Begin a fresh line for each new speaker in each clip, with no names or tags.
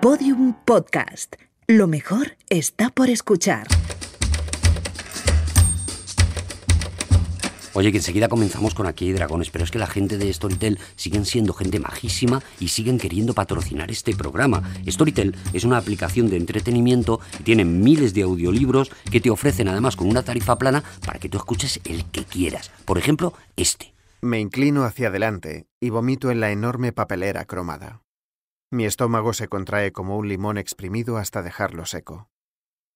Podium Podcast. Lo mejor está por escuchar.
Oye, que enseguida comenzamos con Aquí hay Dragones, pero es que la gente de Storytel siguen siendo gente majísima y siguen queriendo patrocinar este programa. Storytel es una aplicación de entretenimiento y tiene miles de audiolibros que te ofrecen además con una tarifa plana para que tú escuches el que quieras. Por ejemplo, este.
Me inclino hacia adelante y vomito en la enorme papelera cromada. Mi estómago se contrae como un limón exprimido hasta dejarlo seco.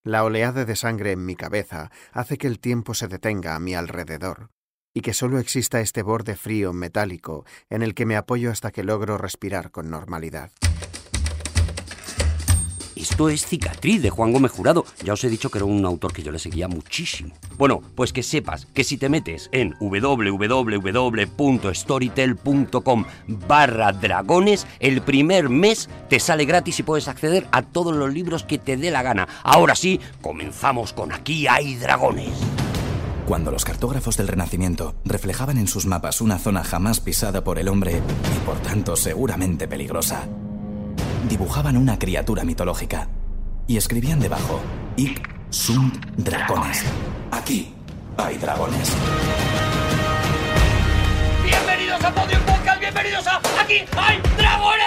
La oleada de sangre en mi cabeza hace que el tiempo se detenga a mi alrededor y que solo exista este borde frío metálico en el que me apoyo hasta que logro respirar con normalidad.
Esto es Cicatriz de Juan Gómez Jurado. Ya os he dicho que era un autor que yo le seguía muchísimo. Bueno, pues que sepas que si te metes en www.storytel.com barra dragones, el primer mes te sale gratis y puedes acceder a todos los libros que te dé la gana. Ahora sí, comenzamos con Aquí hay dragones.
Cuando los cartógrafos del Renacimiento reflejaban en sus mapas una zona jamás pisada por el hombre y por tanto seguramente peligrosa, dibujaban una criatura mitológica y escribían debajo: Ic sunt dragones. Aquí hay dragones.
Bienvenidos a Podium Podcast, bienvenidos a Aquí hay dragones.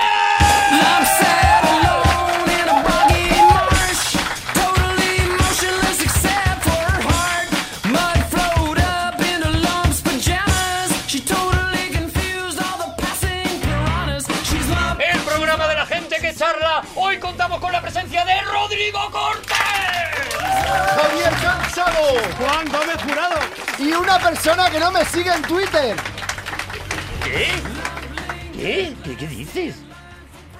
El programa de la gente que charla. Hoy contamos con la presencia de Rodrigo Cortés.
Javier Cansado
Juan Gómez Jurado.
y una persona que no me sigue en Twitter.
¿Qué? ¿Qué? ¿Qué, qué dices?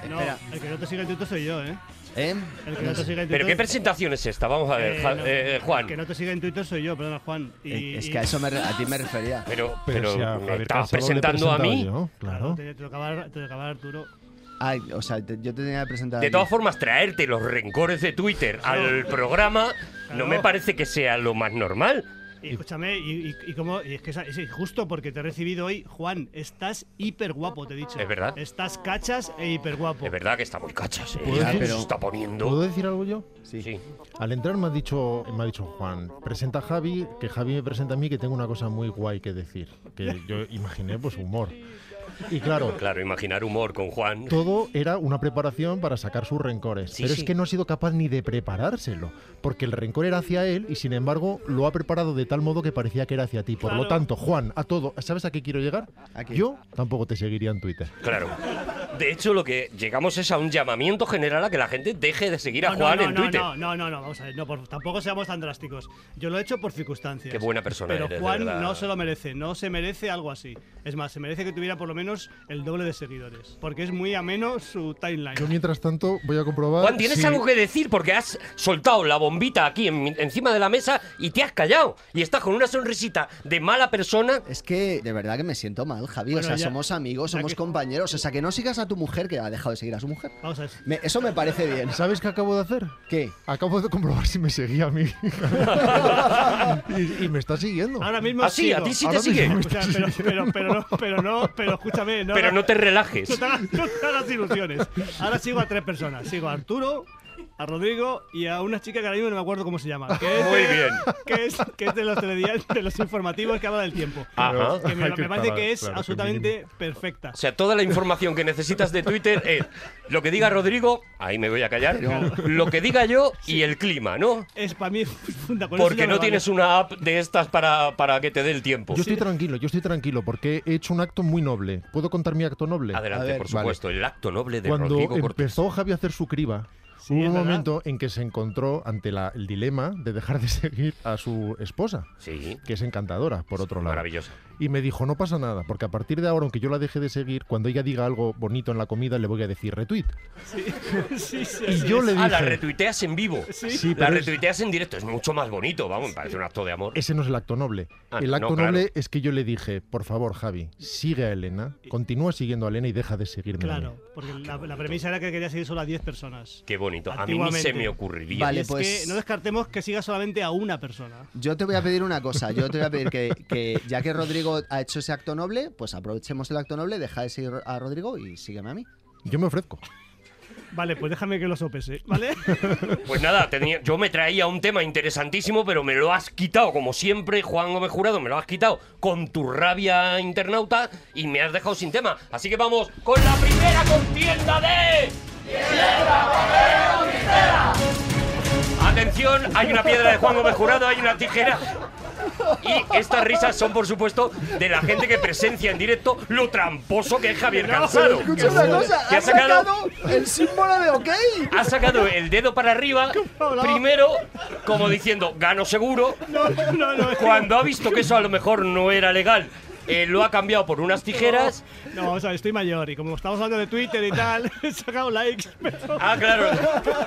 No, el que no te sigue en Twitter soy yo, ¿eh? El que no, te sigue en Twitter.
¿Pero qué presentación es esta? Vamos a ver,
Eh,
Ja-
no,
eh,
El que
Juan.
no te sigue en Twitter soy yo, perdona, Juan. Y,
Eh,
Es que a eso me re- a ti me refería.
Pero,
Pero,
pero,
si a
¿me
Javier
estabas
Cansado le
presentando a
presentaba
mí.
yo,
Claro,
claro.
te, te tocaba, te tocaba Arturo.
Ay, o sea, te- yo te tenía que presentar.
De
a ti.
todas formas, traerte los rencores de Twitter al programa no
Claro.
me parece que sea lo más normal.
Y escúchame, y, y- y cómo- y es que es- es injusto porque te he recibido hoy, Juan, estás hiper guapo, te he dicho.
Es verdad.
Estás cachas e hiper guapo.
Es verdad que está muy cachas, ¿eh?
¿Puedo
Ya,
decir?
pero... se está poniendo.
¿Puedo decir algo yo?
Sí.
Al entrar me ha dicho, me ha dicho Juan, presenta a Javi, que Javi me presenta a mí, que tengo una cosa muy guay que decir. Que yo imaginé, pues, humor. Y claro,
Claro, imaginar humor con Juan.
todo era una preparación para sacar sus rencores.
Sí,
pero
sí.
es que no ha sido capaz ni de preparárselo. Porque el rencor era hacia él y, sin embargo, lo ha preparado de tal modo que parecía que era hacia ti. Por lo
Claro.
tanto, Juan, a todo, ¿sabes a qué quiero llegar?
¿A qué?
Yo tampoco te seguiría en Twitter.
Claro. De hecho, lo que llegamos es a un llamamiento general a que la gente deje de seguir a
No, no,
Juan
no,
en
no,
Twitter.
No, no, no, no, vamos a ver, no, por- tampoco seamos tan drásticos. Yo lo he hecho por circunstancias.
Qué buena persona
Pero
eres, de
Juan
verdad.
no se lo merece, no se merece algo así. Es más, se merece que tuviera por lo menos el doble de seguidores. Porque es muy ameno su timeline.
Yo, mientras tanto, voy a comprobar.
Juan, tienes
si-
algo que decir porque has soltado la bombita aquí en- encima de la mesa y te has callado. Y estás con una sonrisita de mala persona.
Es que de verdad que me siento mal, Javi.
Bueno,
o sea,
ya-
somos amigos,
ya
somos
que-
compañeros. O sea, que no sigas a tu mujer que ha dejado de seguir a su mujer.
Vamos a ver.
Me- eso me parece bien.
¿Sabes qué acabo de hacer?
¿Qué?
Acabo de comprobar si me seguía a mí. y, y me está siguiendo.
Ahora mismo
Así,
sigo.
a ti Ah, sí te
Ahora
sigue.
mismo.
O sea, pero, pero, pero, no, pero no, pero escúchame, no.
Pero no te
no
relajes.
te hagas, no te hagas ilusiones. Ahora sigo a tres personas. Sigo a Arturo, a Rodrigo y a una chica que ahora mismo no me acuerdo cómo se llama. que es
Muy
de-
bien.
Que es, que es de los telediarios, de los informativos que habla del tiempo.
Ajá.
Que me,
Hay que
me parece
parar,
que es
claro, que
absolutamente perfecta.
O sea, toda la información que necesitas de Twitter es lo que diga Rodrigo, ahí me voy a callar, lo que diga yo y el clima, ¿no?
Es para mí funda. con eso
Porque
ya me
no
vale.
tienes una app de estas para, para que te dé el tiempo.
Yo estoy tranquilo, yo estoy tranquilo, porque he hecho un acto muy noble. ¿Puedo contar mi acto noble?
Adelante,
A ver,
por
vale.
supuesto, el acto noble de
Cuando
Rodrigo Cortés.
empezó Javi a hacer su criba,
Sí,
hubo
es
un
verdad.
momento en que se encontró ante la- el dilema de dejar de seguir a su esposa,
Sí,
que es encantadora, por otro lado.
maravilloso.
Y me dijo, no pasa nada, porque a partir de ahora, aunque yo la deje de seguir, cuando ella diga algo bonito en la comida, le voy a decir retweet.
Sí, sí,
Y
sí,
yo
sí.
le
Ah, la
dije...
retuiteas en vivo.
Sí,
la
pero es-
retuiteas en directo. Es mucho más bonito, vamos, me parece un acto de amor.
Ese no es el acto noble.
Ah,
el
no,
acto
claro.
noble es que yo le dije, por favor, Javi, sigue a Elena, continúa siguiendo a Elena y deja de seguirme. a mí".
Claro, porque la, la premisa era que quería seguir solo a 10 personas.
Qué bonito. A mí ni se
Antiguamente.
me ocurriría.
Vale,
Y es
pues-
que no descartemos que siga solamente a una persona.
Yo te voy a pedir una cosa. Yo te voy a pedir que, que ya que Rodrigo ha hecho ese acto noble, pues aprovechemos el acto noble, deja de seguir a Rodrigo y sígueme a mí.
Yo me ofrezco.
Vale, pues déjame que lo sopese, ¿vale?
Pues nada, tenía- yo me traía un tema interesantísimo, pero me lo has quitado, como siempre, Juan Gómez Jurado, me lo has quitado con tu rabia internauta y me has dejado sin tema. Así que vamos con la primera contienda de... Atención, hay una piedra de Juan Gómez Jurado, hay una tijera. Y estas risas son, por supuesto, de la gente que presencia en directo lo tramposo que es Javier Cansado.
Escucha una cosa,
Que
ha sacado el símbolo de OK.
ha sacado el dedo para arriba primero como diciendo gano seguro cuando ha visto que eso a lo mejor no era legal eh, lo ha cambiado por unas tijeras
No, vamos a ver, estoy mayor y como estamos hablando de Twitter y tal, he sacado likes. pero-
ah claro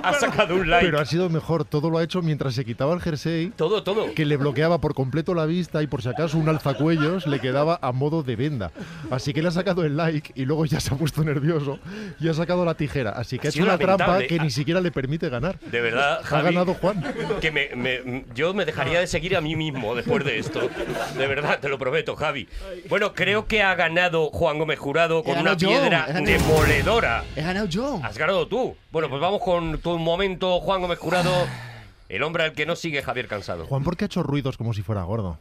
ha sacado un like
Pero ha sido mejor, todo lo ha hecho mientras se quitaba el jersey,
todo todo
que le bloqueaba por completo la vista y por si acaso un alzacuellos le quedaba a modo de venda. Así que le ha sacado el like y luego ya se ha puesto nervioso y ha sacado la tijera. Así
Ha
que ha hecho
sido
una trampa
lamentable.
que
Ha-
ni siquiera le permite ganar.
de verdad
Ha
Javi,
ganado Juan.
que me- me- yo me dejaría de seguir a mí mismo después de esto de verdad te lo prometo Javi bueno creo que ha ganado Juan Gómez Jurado con una
ganado yo,
piedra
he ganado yo.
demoledora
He ganado yo.
Has ganado tú. Bueno, pues vamos con tu momento, Juan Gómez Jurado. El hombre al que no sigue Javier Cansado.
Juan, ¿por qué ha hecho ruidos como si fuera gordo?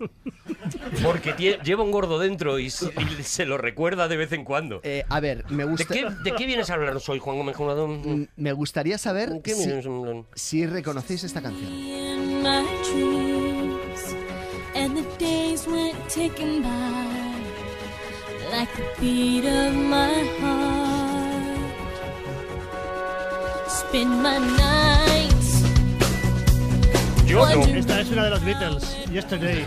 Porque tie- lleva un gordo dentro y, s- y se lo recuerda de vez en cuando.
Eh, a ver, me
¿De
gusta.
qué, de qué vienes a hablarnos hoy, Juan Gómez Jurado?
Mm, Me gustaría saber
¿De qué
si,
vienes a hablar?
si reconocéis esta canción.
in my dreams, and the days went ticking by like the beat of my heart. Spend my nights.
Yo no.
wondering
Esta es una de los Beatles, Yesterday.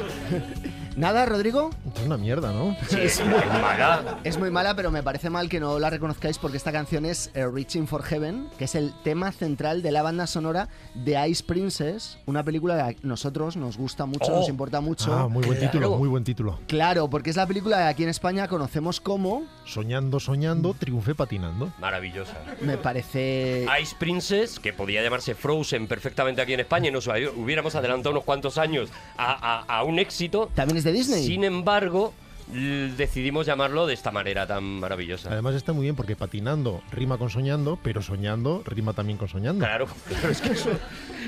Nada, Rodrigo.
Es una mierda, ¿no?
Es muy mala.
Es muy mala, pero me parece mal que no la reconozcáis porque esta canción es eh, Reaching for Heaven, que es el tema central de la banda sonora de Ice Princess, una película que a nosotros nos gusta mucho,
Oh.
nos importa mucho.
Ah, muy buen
Claro.
título, muy buen título.
Claro, porque es la película que aquí en España conocemos como,
Soñando, soñando, triunfé patinando.
Maravillosa.
me parece...
Ice Princess, que podía llamarse Frozen perfectamente aquí en España y nos hubiéramos adelantado unos cuantos años a, a- a un éxito.
También es de Disney.
Sin embargo, l- decidimos llamarlo de esta manera tan maravillosa.
Además está muy bien porque patinando rima con soñando, pero soñando rima también con soñando.
Claro, claro, es que eso-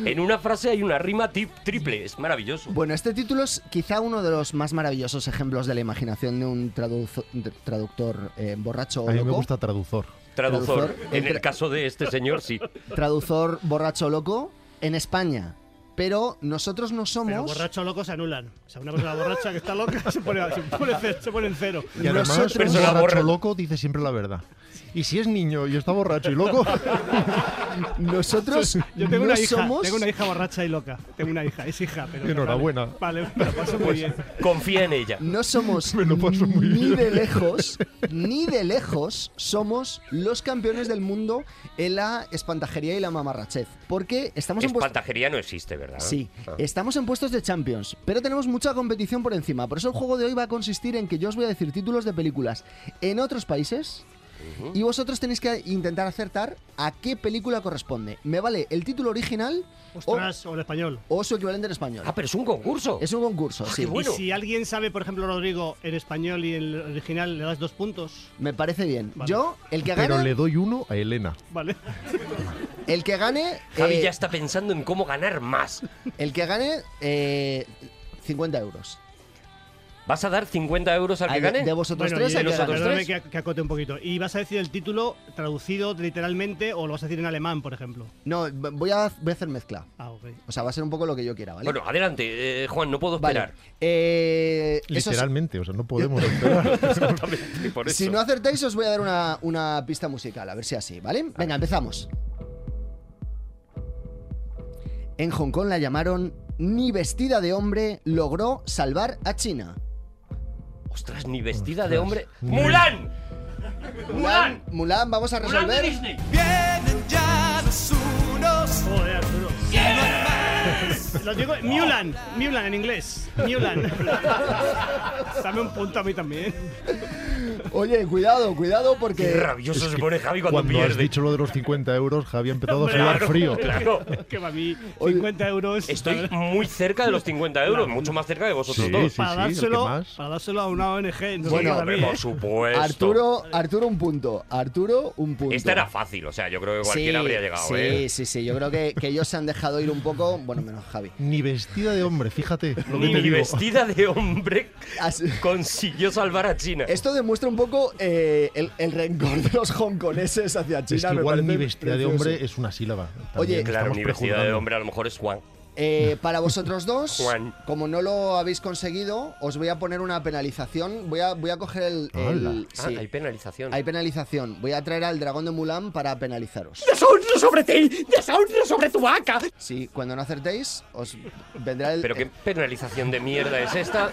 en una frase hay una rima tip- triple, es maravilloso.
Bueno, este título es quizá uno de los más maravillosos ejemplos de la imaginación de un traduzo- de- traductor eh, borracho o
A mí me
loco.
gusta traductor.
Traductor,
traductor,
en
el
el
tra-
caso de este señor, sí.
Traductor borracho o loco en España. Pero nosotros no somos...
Pero borracho loco se anulan. O sea, una persona borracha que está loca se pone, se pone, ce- se pone en cero.
Y además,
Nosotros-
un
Persona
borracho
borra-
loco dice siempre la verdad. Y si es niño y está borracho y loco,
Nosotros
Yo tengo una
no
hija,
somos...
tengo una hija borracha y loca. Tengo una hija, es hija, pero.
Enhorabuena.
Vale, me lo paso muy bien.
oh. Confía en ella.
No somos
Me lo paso muy
ni
bien.
de lejos, ni de lejos somos los campeones del mundo en la espantajería y la mamarrachez. Porque estamos en puestos...
Espantajería no existe, ¿verdad?
Sí,
Ah.
estamos en puestos de Champions, pero tenemos mucha competición por encima. Por eso el juego de hoy va a consistir en que yo os voy a decir títulos de películas en otros países y vosotros tenéis que intentar acertar a qué película corresponde. Me vale el título original o,
Ostras, o el español.
o su equivalente en español.
Ah, pero es un concurso.
Es un concurso, sí.
Ah, qué bueno.
Y si alguien sabe, por ejemplo, Rodrigo, en español y el original, le das dos puntos.
Me parece bien.
Vale.
Yo, el que
pero
gane,
le doy uno a Elena.
Vale.
el que gane,
Javi
eh,
ya está pensando en cómo ganar más.
el que gane, eh, 50 euros.
¿Vas a dar 50 euros al que
Al de-
gane?
De vosotros
Bueno,
tres,
y
al
de
que
nosotros
gane.
Perdóname que, que acote un poquito. ¿Y vas a decir el título traducido literalmente o lo vas a decir en alemán, por ejemplo?
No, v- voy a, voy a hacer mezcla.
Ah, ok.
O sea, va a ser un poco lo que yo quiera, ¿vale?
Bueno, adelante, eh, Juan, no puedo
Vale.
esperar.
Eh, eso es-
Literalmente, o sea, no podemos esperar.
Exactamente, por eso.
si no acertáis, os voy a dar una, una pista musical, a ver si así, ¿vale? Venga, empezamos. En Hong Kong la llamaron Ni vestida de hombre logró salvar a China.
Ostras, ni vestida de hombre.
Ni-
¡Mulan! ¡Mulan!
Mulan, vamos a
¡Mulan de
resolver.
Disney!
Joder, Arturo. Lo digo, Mulan, Mulan en inglés. Mulan. Dame un punto a mí también.
Oye, cuidado, cuidado, porque.
Qué rabioso se pone Javi cuando,
Cuando has
pierde.
dicho lo de los 50 euros, Javi ha empezado a sudar
Claro,
frío.
claro.
Que para mí, 50 euros.
Estoy muy cerca de los 50 euros, mucho más cerca de vosotros
Sí,
dos.
sí,
para,
el que
dárselo,
más.
para dárselo a una ONG. No
Sí,
bueno,
hombre, por supuesto.
Arturo, Arturo, un punto. Arturo, un punto.
Esta Este era fácil, o sea, yo creo que cualquiera
Sí,
habría llegado,
sí,
¿eh?
sí, sí. Yo creo que, que ellos se han dejado ir un poco, bueno, menos Javi.
Ni vestida de hombre, fíjate lo que
Ni
te digo.
vestida de hombre
Así-
consiguió salvar a China.
Esto demuestra un poco eh, el, el rencor de los hongkoneses hacia China.
Es que
me
igual
parece
ni vestida de
precioso.
hombre es una sílaba. También
Oye,
Claro,
estamos
ni vestida de
prejuzgando.
hombre a lo mejor es Juan.
Eh, para vosotros dos,
Juan.
como no lo habéis conseguido, os voy a poner una penalización. Voy a, voy a coger el. el-
Hala.
Ah,
sí,
hay penalización.
hay penalización. Voy a traer al dragón de Mulan para penalizaros.
¡Deshonra sobre ti! ¡Deshonra sobre tu vaca!
Sí, cuando no acertéis, os vendrá el.
Pero qué
eh,
penalización de mierda es esta.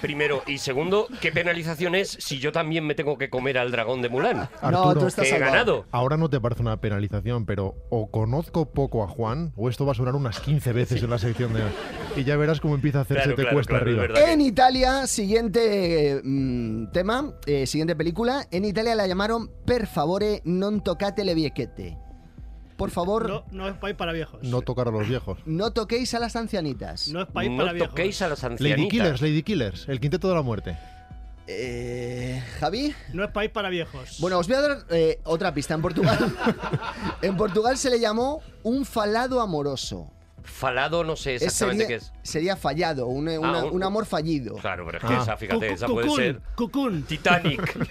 Primero y segundo, ¿qué penalización es si yo también me tengo que comer al dragón de Mulan?
no,
Arturo,
tú estás
Que he
salvado.
ganado.
Ahora no te parece una penalización, pero o conozco poco a Juan, o esto va a sonar unas 15 veces en la sección de. Y ya verás cómo empieza a hacerse
Claro,
te
claro,
cuesta
claro, es
arriba.
verdad.
En Italia, siguiente eh, mm, tema, eh, siguiente película. En Italia la llamaron Per favore non toccate le viequete. Por favor,
No,
no,
no es país para viejos.
No tocar a los viejos.
toquéis a las ancianitas.
No es país para
No
viejos.
toquéis a las
Lady Killers,
ancianitas.
Lady Killers, el quinteto de la muerte.
Eh, Javi.
No es país para viejos.
Bueno, os voy a dar eh, otra pista. En Portugal, en Portugal se le llamó un falado amoroso.
Falado no sé
Es-
exactamente
sería,
qué es. Ah,
sería fallado, un, una-
un-
un amor fallido.
Claro, pero es que
Ah.
esa, fíjate,
Cucu-
esa puede
cucún,
ser
Cucún.
Titanic.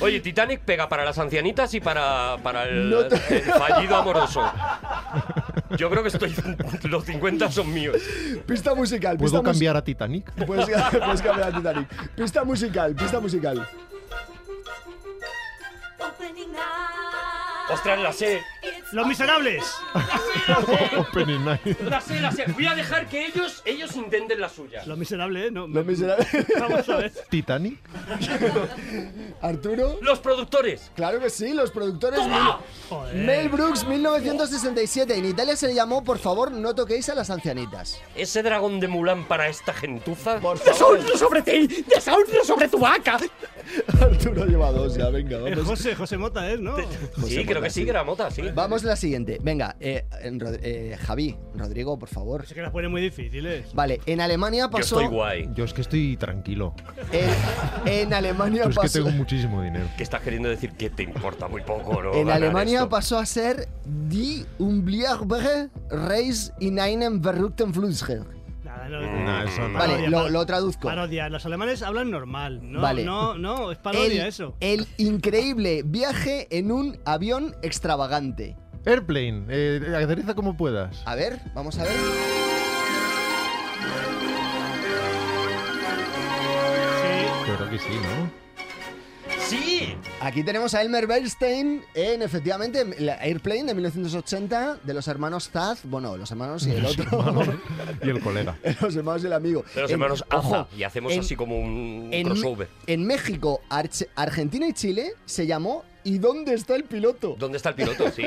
Oye, Titanic pega para las ancianitas y para, para el,
No te-
el fallido amoroso. Yo creo que estoy. Los 50 son míos.
Pista musical, pista
¿Puedo
mus-
cambiar a Titanic?
Puedes, puedes cambiar a Titanic. Pista musical, pista musical.
Opening night.
Ostras, la sé.
It's
Los miserables.
Opening night.
La sé, la sé. Voy a dejar que ellos, ellos intenten la suya.
Los miserables, ¿eh? No,
Los miserables.
Vamos a ver.
¿Titanic?
Arturo.
Los productores.
Claro que sí, los productores.
¡Toma!
Joder.
Mel, Mel Brooks, 1967. En Italia se le llamó, por favor, no toquéis a las ancianitas.
Ese dragón de Mulan para esta gentuza.
Por favor.
¡Deshonra sobre ti! ¡Deshonra sobre tu vaca!
Arturo lleva dos, ya, venga,
Eh,
vamos.
José, José Mota, ¿eh? ¿No?
Sí, creo que sí, que era mota, sí.
Vamos la siguiente. Venga, eh, en Rod- eh, Javi, Rodrigo, por favor.
Es que las pone muy difíciles.
Vale, en Alemania
Yo
pasó.
estoy guay.
Yo es que estoy tranquilo.
En, en Alemania
Yo es que
pasó.
tengo muchísimo dinero.
¿Qué estás queriendo decir? Que te importa muy poco, ¿no?
En
ganar
Alemania
esto.
pasó a ser Die unblierbare Reis in einem verrückten Flugzeug.
Nada, no.
Nah, eso no.
Vale,
Parodia,
lo,
par-
lo traduzco.
Parodia. Los alemanes hablan normal. No,
Vale.
no, no. Es parodia
el,
eso.
el increíble viaje en un avión extravagante.
Airplane, eh, aterriza como puedas.
A ver, vamos a ver.
Sí.
Yo creo que sí, ¿no?
¡Sí!
Aquí tenemos a Elmer Bernstein en, efectivamente, el Airplane de 1980 de los hermanos Taz. Bueno, los hermanos y el otro.
Y el colega.
los hermanos y el amigo.
De los
En-
hermanos Aja.
ojo,
Y hacemos
en-
así como un
en,
crossover.
en México, Arche- Argentina y Chile se llamó ¿Y dónde está el piloto?
¿Dónde está el piloto? Sí.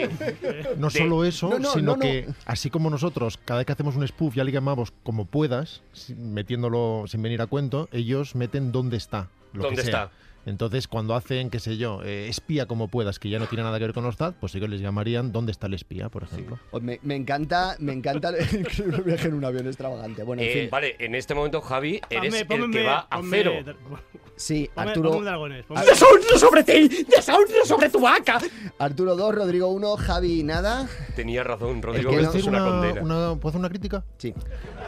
No solo eso,
No, no,
sino
no, no.
que así como nosotros, cada vez que hacemos un spoof ya le llamamos como puedas, si- metiéndolo sin venir a cuento, ellos meten dónde está. Lo
¿Dónde
que sea.
está?
Entonces, cuando hacen, qué sé yo, eh, espía como puedas, que ya no tiene nada que ver con los TAD, pues ellos les llamarían dónde está el espía, por ejemplo.
Oh, Me, me encanta, me encanta el increíble viaje en un avión extravagante. Bueno, en
Eh,
fin.
Vale, en este momento, Javi, eres
Ponme-
el
ponme-
que va a
ponme-
cero.
Sí,
ponme- ponme
Arturo,
dragones, ponme-
¡Deshonra sobre ti! ¡Deshonra sobre tu vaca!
Arturo 2, Rodrigo 1, Javi nada.
Tenía razón,
El
Rodrigo,
que
que
no-
esto es una, condena.
una- ¿Puedo hacer una crítica?
Sí.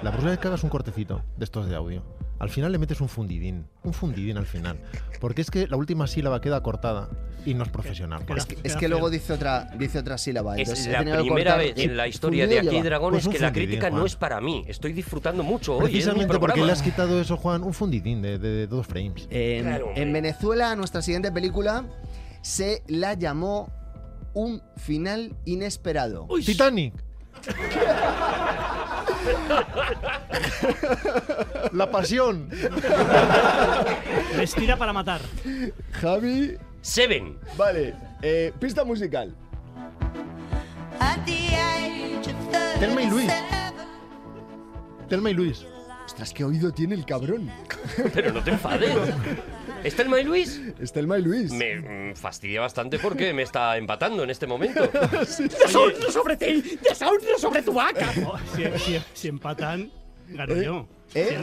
La próxima vez que hagas un cortecito de estos de audio, al final le metes un fundidín, un fundidín al final, porque es que la última sílaba queda cortada y no es profesional.
que la-
Pues,
Es que luego dice otra, dice otra sílaba.
Es
entonces he
la
tenido que
primera
cortar.
vez en la historia de
Fundido
Aquí hay
lleva.
Dragones
Pues
que
un
la
fundidín,
crítica no
Juan.
es para mí. Estoy disfrutando mucho hoy. Es mi
precisamente porque
programa.
le has quitado eso, Juan, un fundidín de, de- de dos frames.
En,
Claro, hombre.
en Venezuela, nuestra siguiente película se la llamó Un final inesperado.
Titanic. La pasión.
Vestida para matar.
Javi,
Seven.
vale, eh, pista musical.
At the age of 30,
Telma y Luis. Telma y Luis.
Ostras, qué oído tiene el cabrón.
Pero no te enfades. ¿Es Telma y Luis?
Es Telma y Luis.
Me mm, fastidia bastante porque me está empatando en este momento.
Deshonra sobre ti, deshonra sobre tu vaca.
Oh, si, si- si empatan, gano yo.
¿Eh?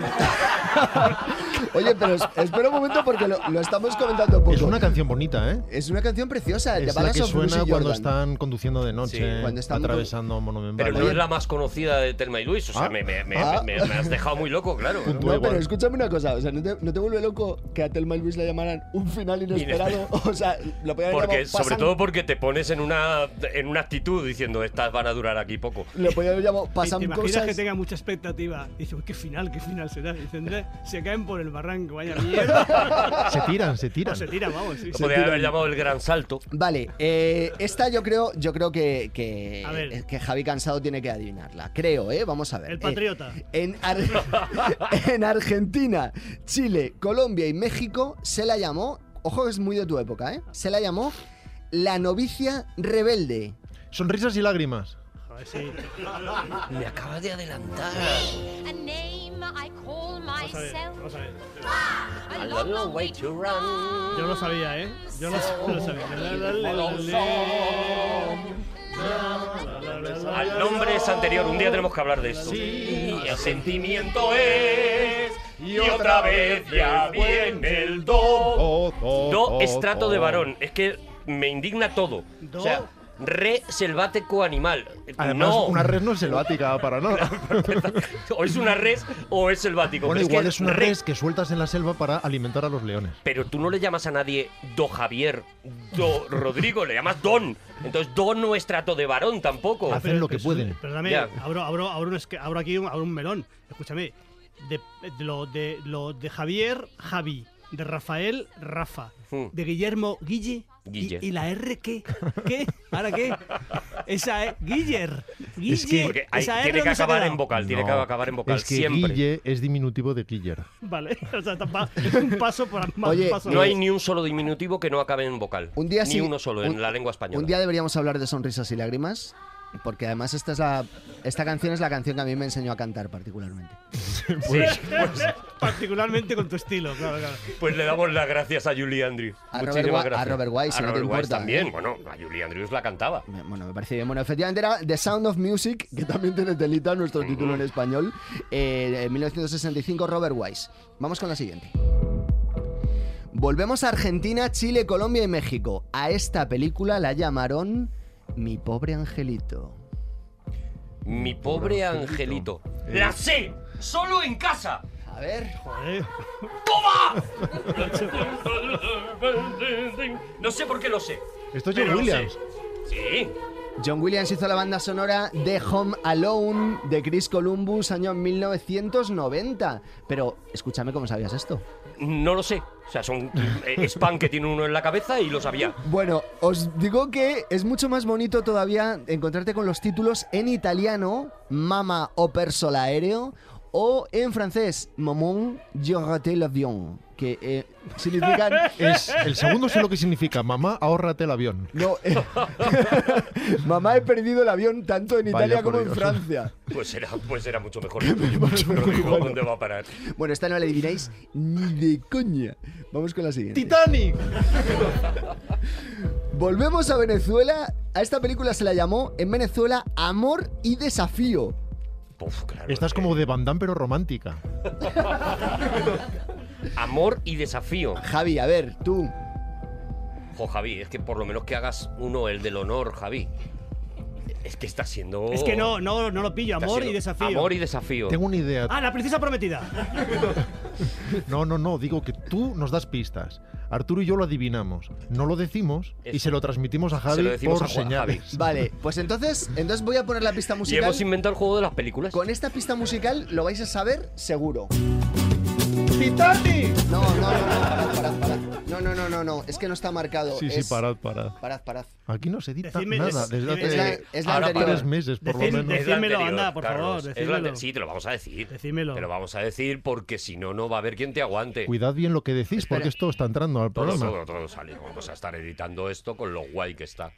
Oye, pero es- espera un momento porque lo, Pues lo estamos comentando un poco.
Es una canción bonita, ¿eh?
Es una canción preciosa,
Es
llamada
la que
Soft Lucy
suena cuando
Jordan.
están conduciendo de noche,
Sí,
cuando están
atravesando Monumental.
Pero no es la más conocida de Telma y Luis. O sea,
Ah.
me, me- me-
Ah.
me- me has dejado muy loco, claro.
Punto.
No,
igual.
pero escúchame una cosa, o sea, ¿no te, no te vuelve loco que a Telma y Luis le llamaran un final inesperado? o sea, lo podían haber
Porque,
llamado
sobre
pasan-
todo porque te pones en una, en una actitud diciendo estas van a durar aquí poco.
Lo podían haber llamado
Y te
pasan
imaginas
cosas.
que tenga mucha expectativa. Y dice, "Uy, qué final, qué final será. Y dicen, "Eh, se caen por el barranco, vaya mierda.
Se tiran, se tiran.
O se tira, vamos. sí.
Lo podría haber llamado el gran salto.
Vale, eh, esta yo creo, yo creo que, que,
A ver.
que Javi Cansado tiene que adivinarla. Creo, ¿eh? Vamos a ver.
El
Eh,
patriota.
en, Ar- en Argentina, Chile, Colombia y México se la llamó, ojo que es muy de tu época, ¿eh? Se la llamó la novicia rebelde.
Sonrisas y lágrimas.
Joder, sí.
Me acabas de adelantar.
A name I call
Vamos a ver,
myself.
vamos a ver.
I love no way to run.
Yo lo sabía, ¿eh? Yo lo, lo sabía.
Oh.
La, la, la, la, la.
Al nombre es anterior, un día tenemos que hablar de esto. Y el sentimiento es. Y otra vez ya viene el do.
Oh, oh,
Do
oh,
es trato de
oh.
varón. Es que me indigna todo.
Do.
O sea, re selvático animal.
Además,
no.
una res no es selvática para nada.
O es una res o es selvático.
bueno,
Pero
igual
que
es una
re-
res que sueltas en la selva para alimentar a los leones.
Pero tú no le llamas a nadie Do Javier, Do Rodrigo, le llamas Don. Entonces, Don no es trato de varón
Ah,
tampoco.
Hacen lo que pueden.
Perdóname,
Ya.
abro, abro, abro, un esque- abro aquí un, abro un melón. Escúchame. De, de lo, de, lo de Javier, Javi. De Rafael, Rafa.
Mm.
De Guillermo, Guille. y-
Guille.
¿Y, la R qué? ¿Qué? ¿Ahora qué? Esa es Guiller. Guille.
Es que-
Porque hay-
esa R
tiene que
¿dónde se ha
acabar
quedado?
en vocal, tiene
No,
que acabar en vocal
es que
siempre.
Guille es diminutivo de Guiller.
Vale, o sea, tapa- es un paso para más
Oye,
paso
No hay ni un solo diminutivo que no acabe en vocal.
Un día
ni
sí-
uno solo en
un-
la lengua española.
Un día deberíamos hablar de sonrisas y lágrimas, porque además esta, es la, esta canción es la canción que a mí me enseñó a cantar particularmente.
particularmente con tu estilo, claro, claro.
Pues le damos las gracias a Julie Andrews.
A Robert
Muchísimas
Wa- a
gracias.
Robert Wise,
A
si no te
Robert Wise
importa,
también.
¿eh?
Bueno, a Julie Andrews la cantaba.
Me- Bueno, me parece bien. Bueno, efectivamente era The Sound of Music, que también tiene telita nuestro título en español. Eh, en 1965, Robert Wise. Vamos con la siguiente. Volvemos a Argentina, Chile, Colombia y México. A esta película la llamaron Mi pobre angelito.
Mi pobre angelito. ¡La sé! ¡Solo en casa!
A ver.
Joder.
No sé por qué lo sé.
Esto es
Pero
John
lo
Williams.
sé. Sí.
John Williams hizo la banda sonora de Home Alone de Chris Columbus, año 1990. Pero escúchame cómo sabías esto.
No lo sé. O sea, son eh, es pan que tiene uno en la cabeza y lo sabía.
Bueno, os digo que es mucho más bonito todavía encontrarte con los títulos en italiano, Mama o Persola Aéreo, o en francés, Maman, je raté l'avion, que eh, significan...
Es, el segundo sé lo que significa. Mamá, ahórrate el avión.
No, eh, mamá he perdido el avión tanto en
Vaya
Italia
por
como en
Dios.
Francia.
Pues era, pues era mucho mejor. el tuyo. No digo dónde va a parar.
Bueno, esta no la adivináis ni de coña. Vamos con la siguiente.
¡Titanic!
Volvemos a Venezuela. A esta película se la llamó en Venezuela Amor y Desafío.
Puf, claro.
Estás como de Van Damme, pero romántica.
Amor y desafío.
Javi, a ver, tú.
Jo, Javi, es que por lo menos que hagas uno el del honor, Javi. Es que está siendo.
Es que no, no, no lo pillo.
está
Amor
siendo-
y desafío.
Amor y desafío.
Tengo una idea.
Ah, la princesa prometida.
Ah.
No, no, no. Digo que tú nos das pistas. Arturo y yo lo adivinamos. No lo decimos y
Eso.
se lo transmitimos a
Se
Javi
lo decimos
por
a Juan-
señales.
Vale, pues entonces, entonces voy a poner la pista
Y
musical.
hemos inventado el juego de las películas.
Con esta pista musical lo vais a saber seguro. ¡Titanic! No, no, no, no, parad, parad. No, no, no, no, no, es que no está marcado.
Sí, sí,
es-
parad, parad.
Parad, parad.
Aquí no se edita
Decidme-
nada
es-
desde hace
es la- es la
ahora
anterior.
tres meses, por
Decid-
lo menos.
Es la
Decídmelo,
anterior,
anda, por
Carlos,
favor,
es la
decídmelo.
anterior. Sí, te lo vamos a decir.
Decídmelo.
Te lo vamos a decir porque si no, no va a haber quien te aguante.
Cuidad bien lo que decís, porque esto está entrando al
Todo,
programa.
todo, todo sale. Vamos a estar editando esto con lo guay que está.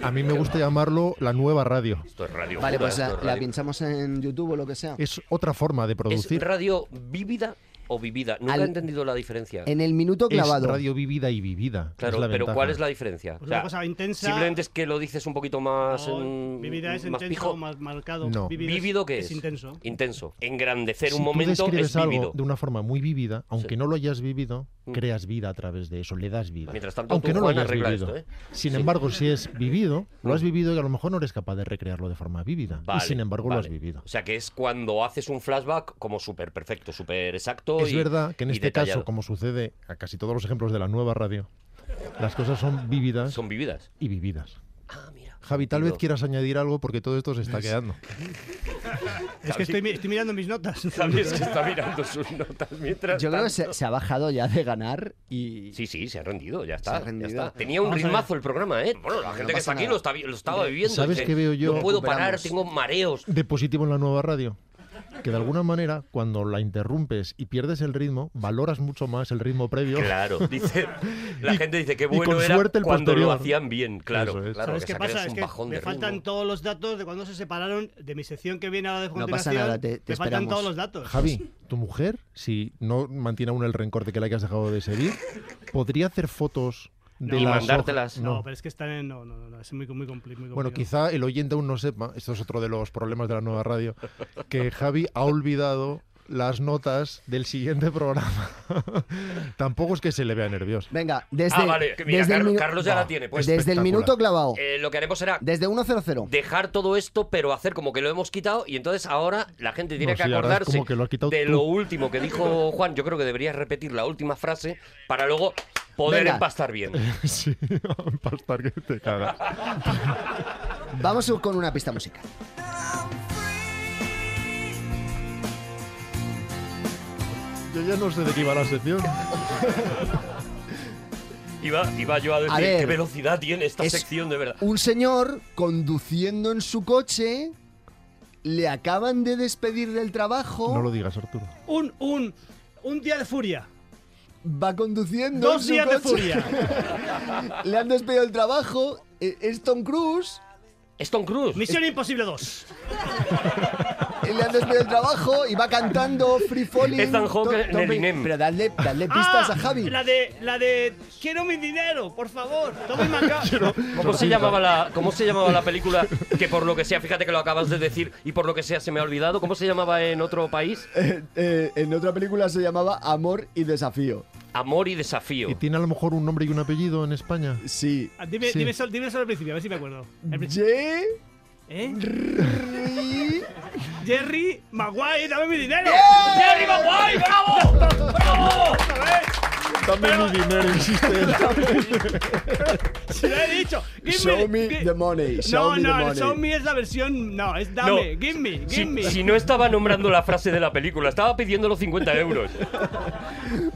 A mí me gusta llamarlo la nueva radio.
Esto es radio.
Vale,
pura,
pues
esto
la,
es
la
radio.
pinchamos en YouTube o lo que sea.
Es otra forma de
¿Es
producir.
radio vívida o vivida? Nunca
Al-
he entendido la diferencia.
En el minuto
Es
clavado.
radio vivida y vivida.
Claro,
es la
pero
ventaja.
¿cuál es la diferencia?
Pues una cosa intensa-
Simplemente es que lo dices un poquito más.
No,
en-
mi vida es
más
intenso,
pijo.
más marcado.
No.
Vivido es-
¿Vívido qué es?
intenso.
Intenso. Engrandecer
Si
un
tú
momento es
describes algo
vívido.
de una forma muy vívida, aunque
Sí.
no lo hayas vivido,
Mm.
creas vida a través de eso, le das vida.
Mientras tanto,
aunque
tú,
no
Juan,
lo hayas
arregla
vivido.
esto, ¿eh?
Sin
Sí. Mm.
embargo, si es vivido, lo has vivido y a lo mejor no eres capaz de recrearlo de forma vívida.
Vale,
y sin embargo, lo has
vale.
vivido.
O sea, que es cuando haces un flashback como súper perfecto, súper exacto.
Es
y-
verdad que en
y
este
detallado.
caso, como sucede a casi todos los ejemplos de la nueva radio, las cosas son vívidas
Son vividas.
y vividas.
Ah, mira.
Javi, tal vez
Entiendo.
quieras añadir algo porque todo esto se está quedando.
Es que estoy, mi- estoy mirando mis notas.
Sabes que está mirando sus notas mientras.
Yo creo que
tanto.
se, se ha bajado ya de ganar y.
Sí, sí, se ha rendido, ya
Se
está.
ha
ya
rendido.
está. Tenía un
Vamos a
ritmazo el programa, ¿eh? Bueno, la
No
gente que está
pasa
aquí
nada.
lo, está, vi- lo estaba viviendo.
¿Sabes
dice,
qué veo yo?
No puedo parar,
Recuperamos.
tengo mareos.
de positivo en la nueva radio. Que de alguna manera, cuando la interrumpes y pierdes el ritmo, valoras mucho más el ritmo previo.
Claro, dice, la
Y-
gente dice que
y con
bueno era
suerte el
cuando lo
posterior.
hacían bien, claro.
Eso es.
claro
¿Sabes
que
qué
sacarles
pasa? Es
un
que
bajón
me
de ritmo.
faltan todos los datos de cuando se separaron de mi sección que viene ahora de
pasa
continuación.
nada, te- te
me faltan
esperamos.
todos los datos.
Javi, tu mujer, si no mantiene aún el rencor de que la hayas dejado de seguir, podría hacer fotos de
No,
las
mandártelas.
hojas-
No,
no.
pero es que están en... No, no, no, no, es muy, muy, compli- muy complicado.
Bueno, quizá el oyente aún no sepa, esto es otro de los problemas de la nueva radio, que Javi ha olvidado las notas del siguiente programa. Tampoco es que se le vea nervioso.
Venga, desde.
ah, vale, que mira,
desde el
Carlos,
minu-
Carlos ya
Buah,
la tiene. Pues
desde el
espectacular.
minuto clavado.
eh, lo que haremos será
Desde 1-0-0.
dejar todo esto, pero hacer como que lo hemos quitado y entonces ahora la gente tiene
No,
que
sí, ahora es
acordarse
como que lo ha quitado
de
tú.
lo último que dijo Juan. Yo creo que deberías repetir la última frase para luego poder
Venga.
empastar bien.
Pues sí, pastar que te cagas.
Vamos con una pista musical.
Yo ya no sé de qué iba la sección.
Iba, iba yo a decir
A ver,
qué velocidad tiene esta
es-
sección de verdad.
Un señor conduciendo en su coche. Le acaban de despedir del trabajo.
No lo digas, Arturo.
Un, un, un día de furia.
Va conduciendo. en
Dos
su
días de
coche.
furia.
Le han despedido del trabajo. eh, Es Tom Cruise.
Stone Cruz.
Misión Imposible 2.
eh, Le han despedido del trabajo y va cantando Free Falling.
Ethan Hawke
Tom-
en
Tom
el
Pe-
Inem.
Pero dadle, dadle Eh, pistas
Ah,
a Javi.
La de, la de... Quiero mi dinero, por favor. Toma mi maca-
¿Cómo se, llamaba la, ¿Cómo se llamaba la película que por lo que sea, fíjate que lo acabas de decir y por lo que sea se me ha olvidado? ¿Cómo se llamaba en otro país?
Eh, eh, en otra película se llamaba Amor y Desafío.
Amor y desafío.
¿Y tiene a lo mejor un nombre y un apellido en España?
Sí.
Ah, Dime,
Sí.
dime, eso, dime eso al principio, a ver si me acuerdo. Al principio.
Jerry.
¿Eh? Jerry Maguire, dame mi dinero.
¡Jerry Maguire, bravo! ¡Bravo!
Dame mi dinero, insiste.
Si lo he dicho. Give
Show me
gi-
the money,
no,
show me the
no,
money.
show me es la versión. No, es dame.
No,
Give me, give
Si,
me.
si no estaba nombrando la frase de la película, estaba pidiendo los 50 euros.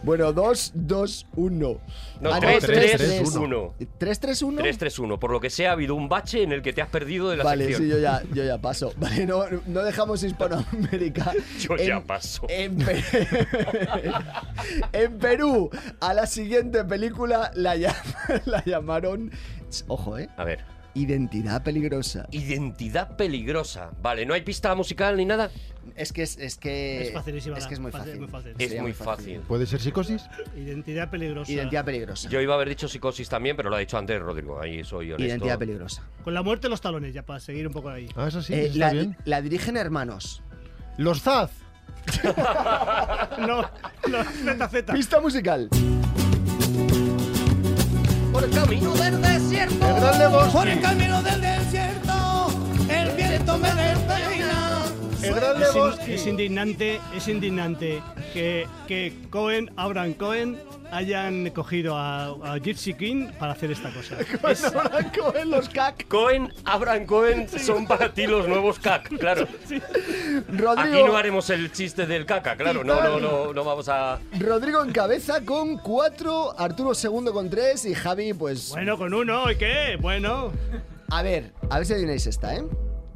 Bueno, 2, 2, 1.
No,
Ah,
tres,
tres,
tres,
tres.
uno.
3, 3, 1.
3-3-1. Por lo que sea, ha habido un bache en el que te has perdido de la
Vale,
sección.
sí, yo ya, yo ya paso. Vale, no, no dejamos Hispanoamérica.
Yo ya paso.
En, Pe- en Perú, a la siguiente película la, llam- la llamaron. Ojo, eh.
A ver.
Identidad peligrosa.
Identidad peligrosa. Vale, no hay pista musical ni nada.
Es que es, es que.
Es facilísima,
Es que es muy
fácil,
fácil.
muy fácil.
Es
Sería
muy fácil.
¿Puede ser psicosis?
Identidad peligrosa.
Identidad peligrosa.
Yo iba a haber dicho psicosis también, pero lo ha dicho antes Rodrigo. Ahí soy honesto.
Identidad peligrosa.
Con la muerte en los talones, ya para seguir un poco ahí.
Ah, esa sí,
Eh,
esa está
la,
bien.
la dirigen hermanos.
¡Los Zaz!
No, no, ZZ.
Pista musical.
Por el camino del desierto.
Por el camino del desierto, el viento me despeina.
El gran
General
es in-
Lebowski.
es indignante, es indignante que, que Cohen, Abraham Cohen, hayan cogido a, a Gypsy King para hacer esta cosa. Es-
Cohen, los cac.
Cohen, Abraham Cohen son para ti los nuevos cac, claro. Aquí no haremos el chiste del caca, claro. No, no, no, no vamos a.
Rodrigo en cabeza con 4, Arturo segundo con 3 y Javi, pues.
Bueno, con uno, ¿y qué? Bueno.
A ver, a ver si adivináis esta, ¿eh?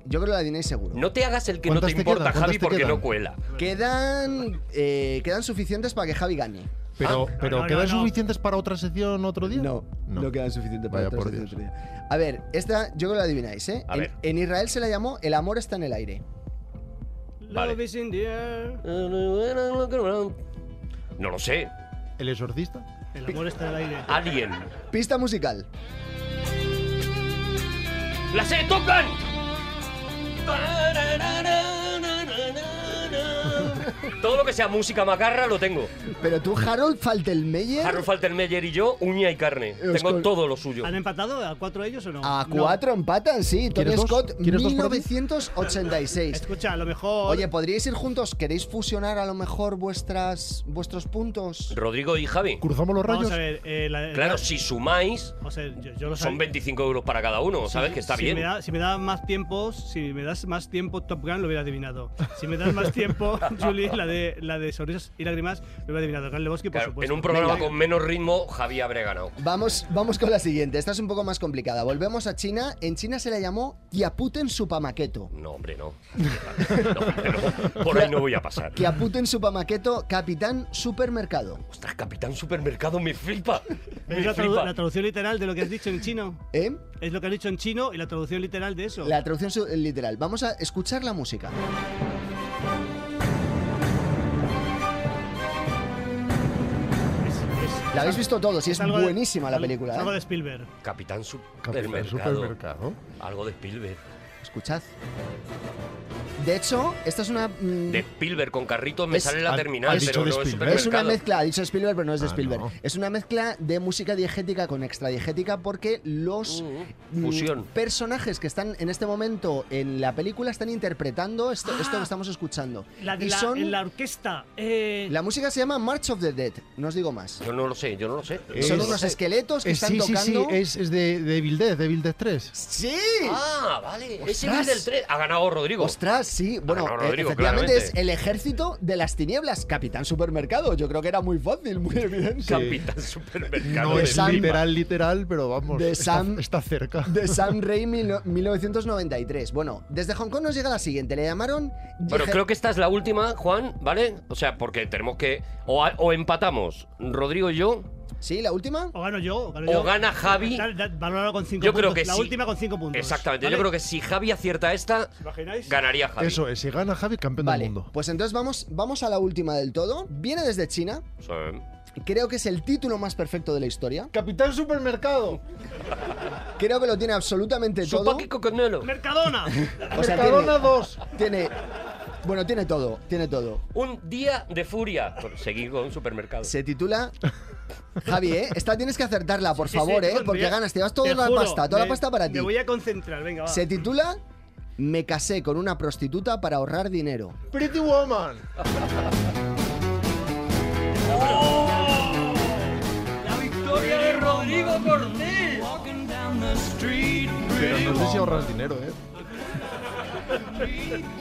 Yo creo que la adivináis seguro.
No te hagas el que
Pues
no te importa, Javi, porque no cuela.
Quedan, eh, quedan suficientes para que Javi gane.
Pero, pero ¿quedan suficientes para otra sección otro día?
Ah. No, no, quedan suficientes para
Vaya
otra
por
sección otro día. A ver, esta yo creo que la adivináis, ¿eh?
A
en,
ver.
en Israel se la llamó El amor está en el aire.
Love is in the air.
No lo sé.
¿El exorcista?
El amor está en el aire.
Alien.
Pista musical.
¡La sé! ¡Tocan! Todo lo que sea música macarra lo tengo.
Pero tú, Harold Faltelmeyer.
Harold Faltermeyer y yo, uña y carne.
Os
Tengo
con-
todo lo suyo.
¿Han empatado a cuatro ellos o no?
A cuatro empatan, sí. Tony
¿Quieres dos?
Scott,
¿Quieres dos por ti?
1986.
Escucha, a lo mejor.
Oye, ¿podríais ir juntos? ¿Queréis fusionar a lo mejor vuestras, vuestros puntos?
Rodrigo y Javi.
¿Cruzamos los
Vamos a ver, eh, la-
Claro, si sumáis,
o sea, yo, yo lo
son
sabía.
25 euros para cada uno. ¿Sabes?
Si-
que está
si
bien.
Me da, si me da más tiempo, si me das más tiempo Top Gun, lo hubiera adivinado. Si me das más tiempo, Julie, la de, la de sonrisas y lágrimas, lo hubiera adivinado. Carl Lebowski, por
Claro,
supuesto.
en un programa
Venga.
con menos ritmo, Javi habré ganado.
Vamos, vamos con la siguiente. Esta es un poco más complicada. Volvemos a China. En China se le llamó Kiaputen Supamaqueto.
No, hombre, no. No, hombre, no. Por ahí no voy a pasar.
Kiaputen Supamaqueto, capitán supermercado.
Ostras, Capitán Supermercado me flipa.
¿Ves
Me
la, tradu-
flipa.
la traducción literal de lo que has dicho en chino?
¿Eh?
Es lo que has dicho en chino y la traducción literal de eso.
La traducción su- eh, literal. Vamos a escuchar la música. La habéis visto todos y es
algo de-
buenísima la
es
película.
algo
¿eh?
de Spielberg.
Capitán
Capitán
Supermercado.
Supermercado.
Algo de Spielberg.
Escuchad. De hecho, esta es una. mm,
De Spielberg con carritos me
Es-
sale la
ha-
terminal,
ha
pero
dicho
no
de
es
Spielberg.
Es una
supermercado.
mezcla, ha dicho Spielberg, pero no es de
Ah,
Spielberg.
no.
Es una mezcla de música diegética con extradiegética porque los
Uh,
mm,
Fusión.
personajes que están en este momento en la película están interpretando esto, esto que estamos escuchando.
Ah. La de
y
la,
son-
en la orquesta. eh,
la música se llama March of the Dead, no os digo más.
Yo no lo sé, yo no lo sé.
Es-
son unos esqueletos que
Eh,
están
sí, sí,
tocando.
sí, es, es de, de Evil Dead, de Evil Dead 3.
¡Sí!
Ah, vale. Ese
Ostras.
es del 3. Ha ganado Rodrigo.
Ostras, sí. Bueno,
Ah, no,
eh,
Rodrigo,
efectivamente
claramente.
es el ejército de las tinieblas, Capitán Supermercado. Yo creo que era muy fácil, muy evidente.
Capitán Supermercado.
No
de
es
Sam.
literal, literal, pero vamos,
De
está,
Sam.
está cerca.
De Sam Raimi no- 1993. Bueno, desde Hong Kong nos llega la siguiente. Le llamaron.
Bueno,
Yehe-
creo que esta es la última, Juan, ¿vale? O sea, porque tenemos que. O, a- o empatamos Rodrigo y yo,
Sí, la última.
O gano yo. O, gano
o
yo.
gana Javi.
Dale, dale, valóralo con cinco
Yo creo
puntos.
que
la
sí.
última con cinco puntos.
Exactamente. Yo
¿vale?
creo que si Javi acierta esta,
¿Os imagináis?
ganaría Javi.
Eso es, si gana Javi, campeón
Vale.
del mundo.
Pues entonces vamos, vamos a la última del todo. Viene desde China.
Sí.
Creo que es el título más perfecto de la historia.
Capitán Supermercado.
Creo que lo tiene absolutamente todo.
Supongo que Coconelo.
Mercadona.
O sea,
Mercadona
tiene,
2.
tiene. Bueno, tiene todo. Tiene todo.
Un día de furia. Por seguir con supermercado.
Se titula. Javi, ¿eh? Esta tienes que acertarla, por
Sí, sí,
favor, ¿eh?
Juan,
Porque
te-
ganas, te vas toda
te
la
juro,
pasta, toda
me-
la pasta para ti.
Me voy a concentrar, venga, va.
Se titula Me casé con una prostituta para ahorrar dinero.
Pretty Woman.
Oh, ¡La victoria de Rodrigo Cortés!
Pero no sé si ahorras dinero, ¿eh?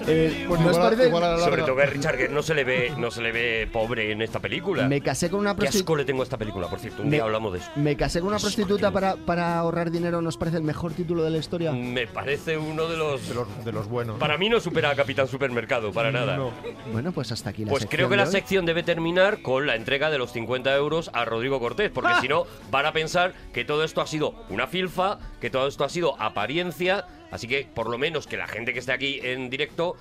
Eh,
Bueno,
¿no
pues igual
os
a-
parece?
igual a la
Sobre
larga.
todo que a Richard Gere no se le ve, no se le ve pobre en esta película.
Me casé con una
Qué asco
prostituta.
le tengo a esta película, por cierto. Un
Me-
día hablamos de eso.
Me casé con una prostituta para, para ahorrar dinero, ¿nos parece el mejor título de la historia?
Mm,
Me parece uno de los.
De los, de los buenos.
Para mí no supera a Capitán Supermercado, para nada.
No.
Bueno, pues hasta aquí la
Pues
sección
creo que
de
la
hoy.
sección debe terminar con la entrega de los 50 euros a Rodrigo Cortés, porque si no van a pensar que todo esto ha sido una filfa, que todo esto ha sido apariencia, así que por lo menos que la gente que esté aquí en directo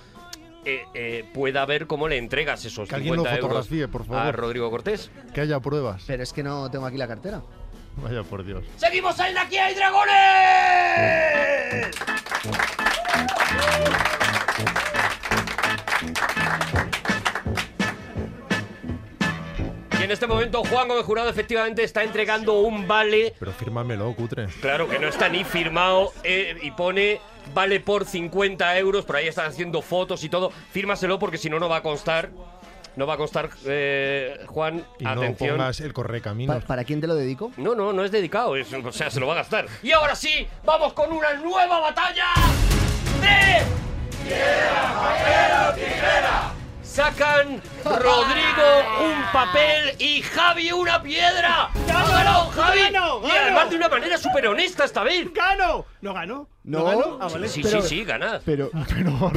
eh, eh, pueda ver cómo le entregas esos
Que alguien lo
50 euros
fotografíe, por favor.
a Rodrigo Cortés.
Que haya pruebas.
Pero es que no tengo aquí la cartera.
Vaya por Dios.
¡Seguimos en Aquí hay dragones! Y en este momento momento Juan Gómez Jurado efectivamente está entregando un vale.
Pero fírmamelo, cutre.
Claro que no está ni firmado eh, y pone vale por 50 euros. Por ahí están haciendo fotos y todo. Fírmaselo porque si no, no va a constar. No va a constar, eh, Juan.
Y
atención.
no pongas el correcamino.
¿Para quién te lo dedico?
No, no, no es dedicado. es- o sea, se lo va a gastar. Y ahora sí, vamos con una nueva batalla de. Sacan Rodrigo un papel y Javi una piedra. ¡Ha
¡Gano,
ganado Javi!
gano,
Y
gano!
además de una manera súper honesta esta vez.
¡Gano! ¡Ah, ¿No ganó?
No.
ganó? Ah, vale.
Sí,
Pero-
sí, sí, ganas.
Pero,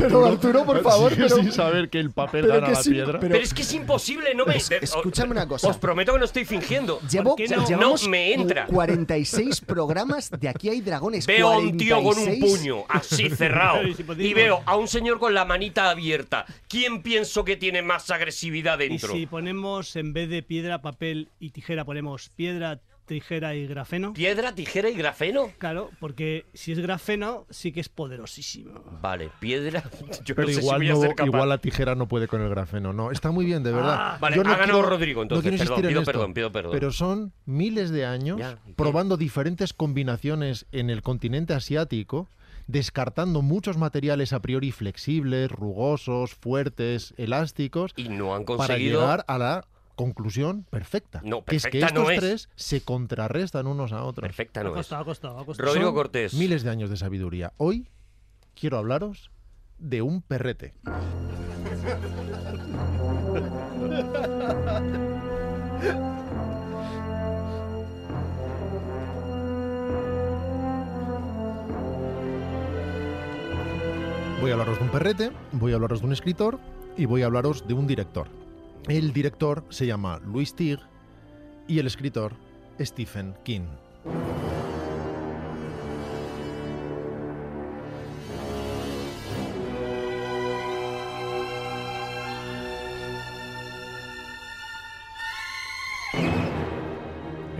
pero Arturo, por favor,
Sigue
pero-
sin saber que el papel
pero
gana
que
la
sí,
piedra.
Pero, es que es imposible, no me.
Es- escúchame una cosa.
Os prometo que no estoy fingiendo.
Llevo,
Porque no,
llevamos
no me entra.
46 programas de Aquí hay dragones.
Veo a un tío con un
46.
puño, así cerrado.
Pero, ¿y
pues
si ponemos-
Y veo a un señor con la manita abierta. ¿Quién pienso que tiene más agresividad
Y
dentro?
si ponemos en vez de piedra, papel y tijera, ponemos piedra, tijera y grafeno.
¿Piedra, tijera y grafeno?
Claro, porque si es grafeno, sí que es poderosísimo.
Vale, piedra. Yo
Pero
no sé
igual,
si voy a
no-
ser capaz. Ah,
igual la tijera no puede con el grafeno, no. Está muy bien, de verdad.
vale,
Yo
ha ganado
quiero-
Rodrigo, entonces,
quiero
perdón,
insistir en
pido
esto,
perdón, pido perdón.
Pero son miles de años
Ya, ¿y qué?
probando diferentes combinaciones en el continente asiático, descartando muchos materiales a priori flexibles, rugosos, fuertes, elásticos,
Y no han
para
conseguido.
llegar a la conclusión perfecta.
No,
que es que
perfecta
estos
no es.
tres se contrarrestan unos a otros.
Perfecta,
Ha
no es.
costado, ha costado, ha costado.
Rodrigo
Son
Cortés.
Miles de años de sabiduría. Hoy quiero hablaros de un perrete. Voy a hablaros de un perrete, voy a hablaros de un escritor y voy a hablaros de un director. El director se llama Luis Tig y el escritor Stephen King.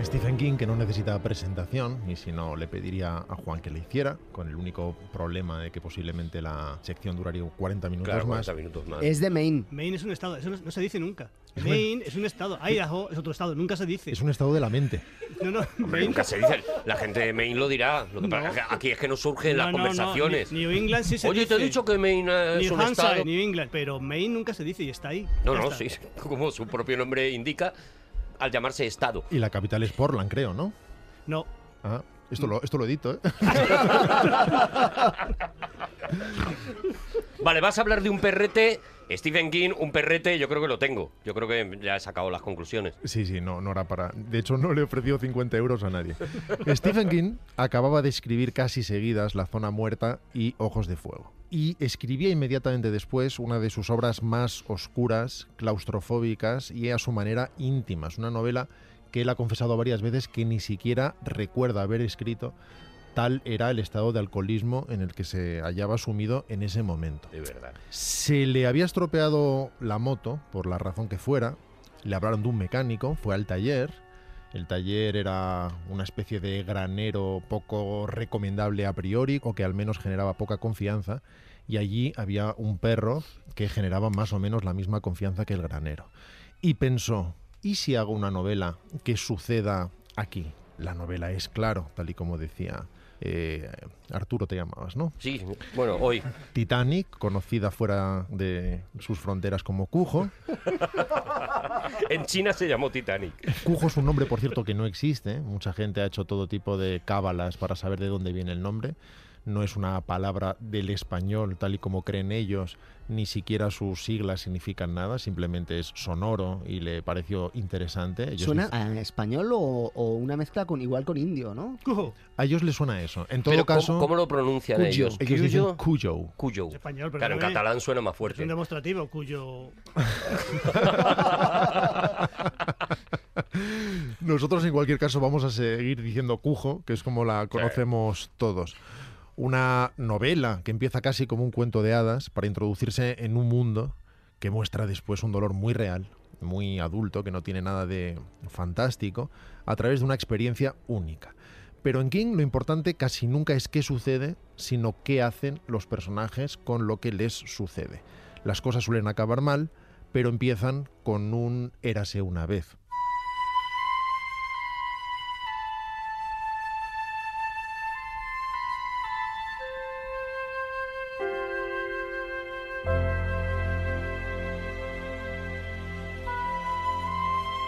Stephen King, que no necesita presentación, y si no, le pediría a Juan que le hiciera, con el único problema de que posiblemente la sección duraría 40 minutos
Claro,
más.
40 minutos más.
Es de Maine.
Maine es un estado, eso no, no se dice nunca.
Es
Maine es un estado. Idaho es otro estado, nunca se dice.
Es un estado de la mente.
No, no,
Hombre,
Eh,
Maine-
nunca se dice. La gente de Maine lo dirá. Lo que pasa es que aquí es que no surgen
no,
las
no, no,
conversaciones.
ni- New England sí se
Oye,
dice.
te he dicho que Maine eh,
Ni
es un
Hampshire,
estado.
New England, pero Maine nunca se dice y está ahí.
No,
Ya
no,
está.
sí, sí, como su propio nombre indica, al llamarse Estado.
Y la capital es Portland, creo, ¿no?
No,
Ah, esto lo, esto lo edito, ¿eh?
Vale, vas a hablar de un perrete, Stephen King, un perrete, yo creo que lo tengo. Yo creo que ya he sacado las conclusiones.
Sí, sí, no, no era para. De hecho, no le ofreció 50 euros a nadie. Stephen King acababa de escribir casi seguidas La Zona Muerta y Ojos de Fuego. Y escribía inmediatamente después una de sus obras más oscuras, claustrofóbicas y a su manera íntimas. Una novela que él ha confesado varias veces que ni siquiera recuerda haber escrito. Tal era el estado de alcoholismo en el que se hallaba sumido en ese momento.
De verdad.
Se le había estropeado la moto, por la razón que fuera. Le hablaron de un mecánico, fue al taller. El taller era una especie de granero poco recomendable a priori, o que al menos generaba poca confianza. Y allí había un perro que generaba más o menos la misma confianza que el granero. Y pensó, ¿y si hago una novela que suceda aquí? La novela es claro, tal y como decía eh, Arturo, te llamabas, ¿no?
Sí, bueno, hoy.
Titanic, conocida fuera de sus fronteras como Cujo.
En China se llamó Titanic.
Cujo es un nombre, por cierto, que no existe. Mucha gente ha hecho todo tipo de cábalas para saber de dónde viene el nombre. No es una palabra del español tal y como creen ellos, ni siquiera sus siglas significan nada, simplemente es sonoro y le pareció interesante. Ellos
¿Suena a español o, o una mezcla con igual con indio, no?
cujo,
A ellos les suena eso. En todo
Pero ¿cómo-
caso,
¿cómo, lo pronuncian
Cuyo.
ellos?
Ellos dicen
Cuyo.
Cuyo.
Cuyo.
Es español, pero
Claro, en
no es.
catalán suena más
es un
fuerte.
demostrativo cuyo.
Nosotros en cualquier caso vamos a seguir diciendo Cujo, que es como la conocemos todos. Una novela que empieza casi como un cuento de hadas para introducirse en un mundo que muestra después un dolor muy real, muy adulto, que no tiene nada de fantástico, a través de una experiencia única. Pero en King lo importante casi nunca es qué sucede, sino qué hacen los personajes con lo que les sucede. Las cosas suelen acabar mal, pero empiezan con un érase una vez.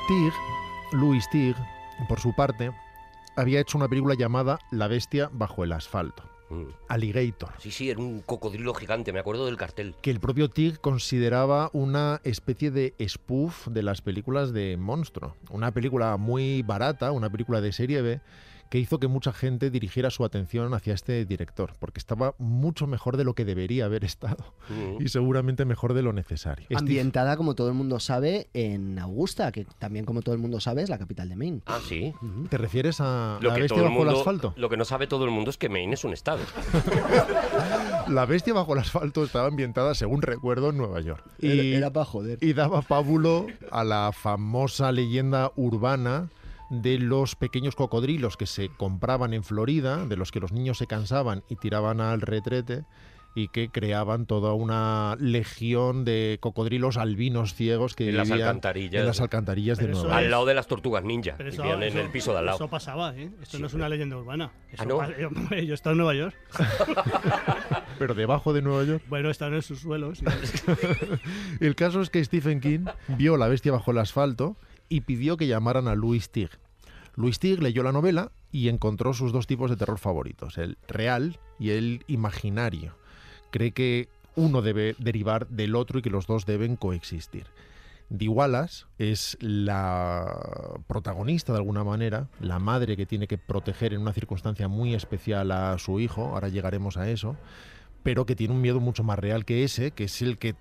Tig, Louis Tig, por su parte, había hecho una película llamada La bestia bajo el asfalto,
Mm.
Alligator,
Sí, sí, era un cocodrilo gigante, me acuerdo del cartel.
que el propio Tig consideraba una especie de spoof de las películas de monstruo. Una película muy barata, una película de serie B, que hizo que mucha gente dirigiera su atención hacia este director, porque estaba mucho mejor de lo que debería haber estado y seguramente mejor de lo necesario. Steve-
Ambientada, como todo el mundo sabe, en Augusta, que también, como todo el mundo sabe, es la capital de Maine.
Ah, sí.
¿Te refieres a
Lo
la
que,
bestia
todo el
bajo el
mundo,
asfalto?
lo que no sabe todo el mundo es que Maine es un estado.
Pues
La bestia bajo el asfalto estaba ambientada, según recuerdo, en Nueva York. Y,
Era, para joder.
y daba pábulo a la famosa leyenda urbana de los pequeños cocodrilos que se compraban en Florida, de los que los niños se cansaban y tiraban al retrete y que creaban toda una legión de cocodrilos albinos ciegos que
En las
vivían
alcantarillas.
en las alcantarillas de
Pero eso
Nueva
Al
York.
lado de las tortugas ninja.
Pero
vivían en el piso de al
eso
lado.
pasaba, ¿eh? Esto
Sí,
no es una
hombre.
leyenda urbana. Eso
¿no?
pa- Yo, hombre, yo he estado en Nueva York.
Pero debajo de Nueva York.
Bueno, he estado en sus suelos. y-
El caso es que Stephen King vio La bestia bajo el asfalto y pidió que llamaran a Louis Tig. Louis Tig leyó la novela y encontró sus dos tipos de terror favoritos, el real y el imaginario. Cree que uno debe derivar del otro y que los dos deben coexistir. Dee Wallace es la protagonista de alguna manera, la madre que tiene que proteger en una circunstancia muy especial a su hijo, ahora llegaremos a eso, pero que tiene un miedo mucho más real que ese, que es el que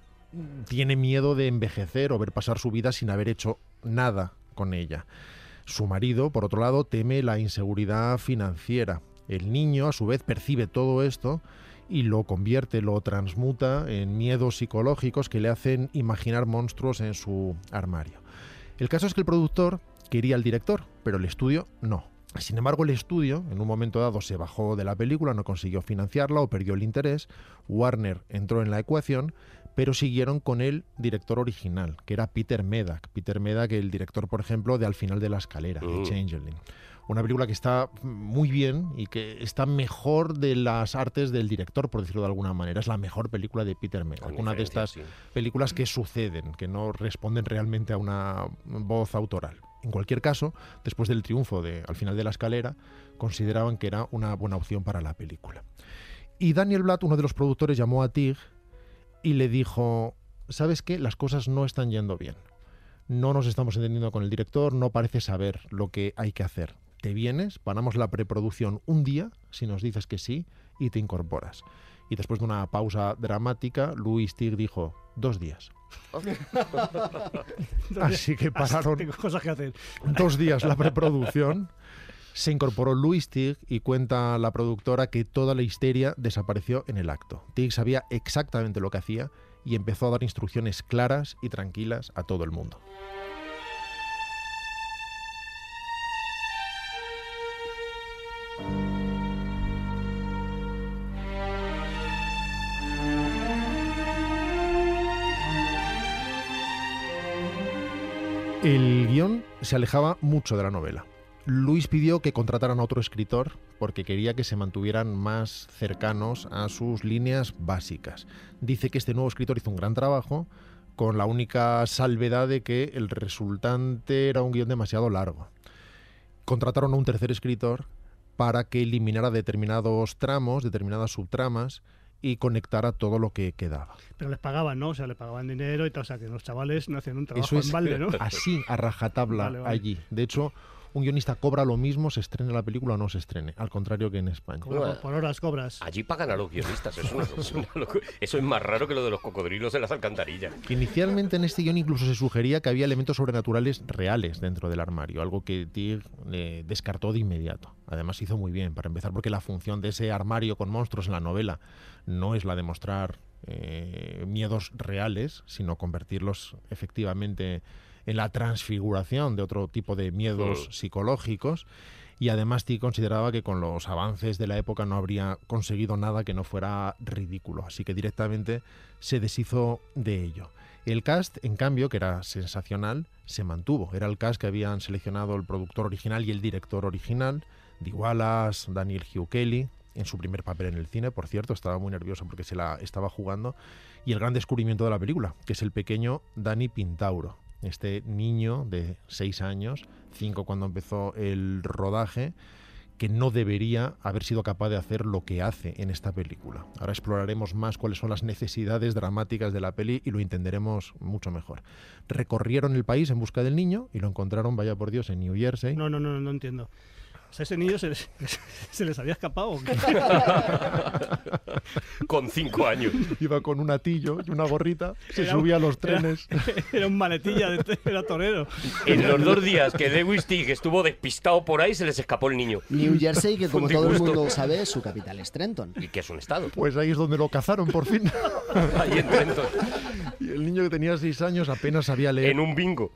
tiene miedo de envejecer o ver pasar su vida sin haber hecho nada con ella. Su marido, por otro lado, teme la inseguridad financiera. El niño, a su vez, percibe todo esto y lo convierte, lo transmuta en miedos psicológicos que le hacen imaginar monstruos en su armario. El caso es que el productor quería al director, pero el estudio no. Sin embargo, el estudio en un momento dado se bajó de la película, no consiguió financiarla o perdió el interés. Warner entró en la ecuación, pero siguieron con el director original, que era Peter Medak. Peter Medak, el director, por ejemplo, de Al final de la escalera, de
Mm.
Changeling. Una película que está muy bien y que está mejor de las artes del director, por decirlo de alguna manera. Es la mejor película de Peter Medak.
Con
Una de
diferencia,
estas
sí.
películas que suceden, que no responden realmente a una voz autoral. En cualquier caso, después del triunfo de Al final de la escalera, consideraban que era una buena opción para la película. Y Daniel Blatt, uno de los productores, llamó a Tig y le dijo, ¿sabes qué? Las cosas no están yendo bien. No nos estamos entendiendo con el director, no parece saber lo que hay que hacer. Te vienes, paramos la preproducción un día, si nos dices que sí, y te incorporas. Y después de una pausa dramática, Luis Tig dijo, dos días. Así que pararon
Tengo cosas que hacer.
dos días la preproducción. Se incorporó Louis Tig y cuenta la productora que toda la histeria desapareció en el acto. Tig sabía exactamente lo que hacía y empezó a dar instrucciones claras y tranquilas a todo el mundo. El guión se alejaba mucho de la novela. Luis pidió que contrataran a otro escritor porque quería que se mantuvieran más cercanos a sus líneas básicas. Dice que este nuevo escritor hizo un gran trabajo con la única salvedad de que el resultante era un guión demasiado largo. Contrataron a un tercer escritor para que eliminara determinados tramos, determinadas subtramas y conectara todo lo que quedaba.
Pero les pagaban, ¿no? O sea, les pagaban dinero y tal. O sea, que los chavales no hacían un trabajo
Eso es
en balde, ¿no?
así, a rajatabla
Vale, vale.
allí. De hecho, un guionista cobra lo mismo, se estrene la película o no se estrene, al contrario que en España.
Cobra por- por horas cobras.
Allí pagan a los guionistas. Es una- es una locura. Eso es más raro que lo de los cocodrilos en las alcantarillas.
Inicialmente en este guión incluso se sugería que había elementos sobrenaturales reales dentro del armario, algo que Tig eh, descartó de inmediato. Además hizo muy bien, para empezar, porque la función de ese armario con monstruos en la novela no es la de mostrar eh, miedos reales, sino convertirlos efectivamente en la transfiguración de otro tipo de miedos
Mm.
psicológicos. Y además Tig consideraba que con los avances de la época no habría conseguido nada que no fuera ridículo, así que directamente se deshizo de ello. El cast, en cambio, que era sensacional, se mantuvo. Era el cast que habían seleccionado el productor original y el director original, Dee Wallace, Daniel Hugh Kelly, en su primer papel en el cine, por cierto, estaba muy nervioso porque se la estaba jugando, y el gran descubrimiento de la película, que es el pequeño Danny Pintauro, este niño de 6 años, 5 cuando empezó el rodaje, que no debería haber sido capaz de hacer lo que hace en esta película. Ahora exploraremos más cuáles son las necesidades dramáticas de la peli y lo entenderemos mucho mejor. Recorrieron el país en busca del niño y lo encontraron, vaya por Dios, en New Jersey.
No, no, no, no entiendo. O sea, ese niño se les, se les había escapado. ¿o qué?
Con cinco años.
Iba con un atillo y una gorrita, se subía a los
era-
trenes.
Era, un maletilla, de, era torero.
En los dos días que Lewis Teague estuvo despistado por ahí, se les escapó el niño.
New Jersey, que
Fue un
como todo el
disgusto.
mundo sabe, su capital es Trenton.
Y que es un estado.
Pues ahí es donde lo cazaron por fin.
Ahí en Trenton.
Y el niño que tenía 6 años apenas sabía leer.
En un bingo.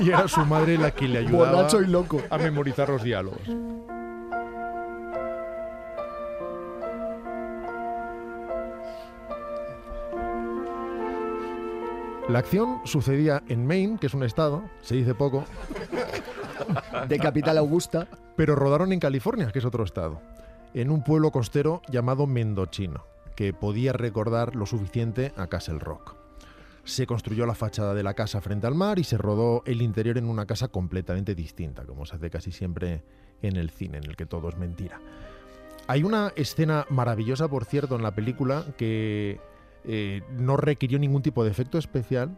Y era su madre la que le ayudaba
Borracho y loco.
a memorizar los diálogos. La acción sucedía en Maine, que es un estado, se dice poco,
De capital Augusta.
pero rodaron en California, que es otro estado, en un pueblo costero llamado Mendochino, que podía recordar lo suficiente a Castle Rock. Se construyó la fachada de la casa frente al mar y se rodó el interior en una casa completamente distinta, como se hace casi siempre en el cine, en el que todo es mentira. Hay una escena maravillosa, por cierto, en la película que eh, no requirió ningún tipo de efecto especial,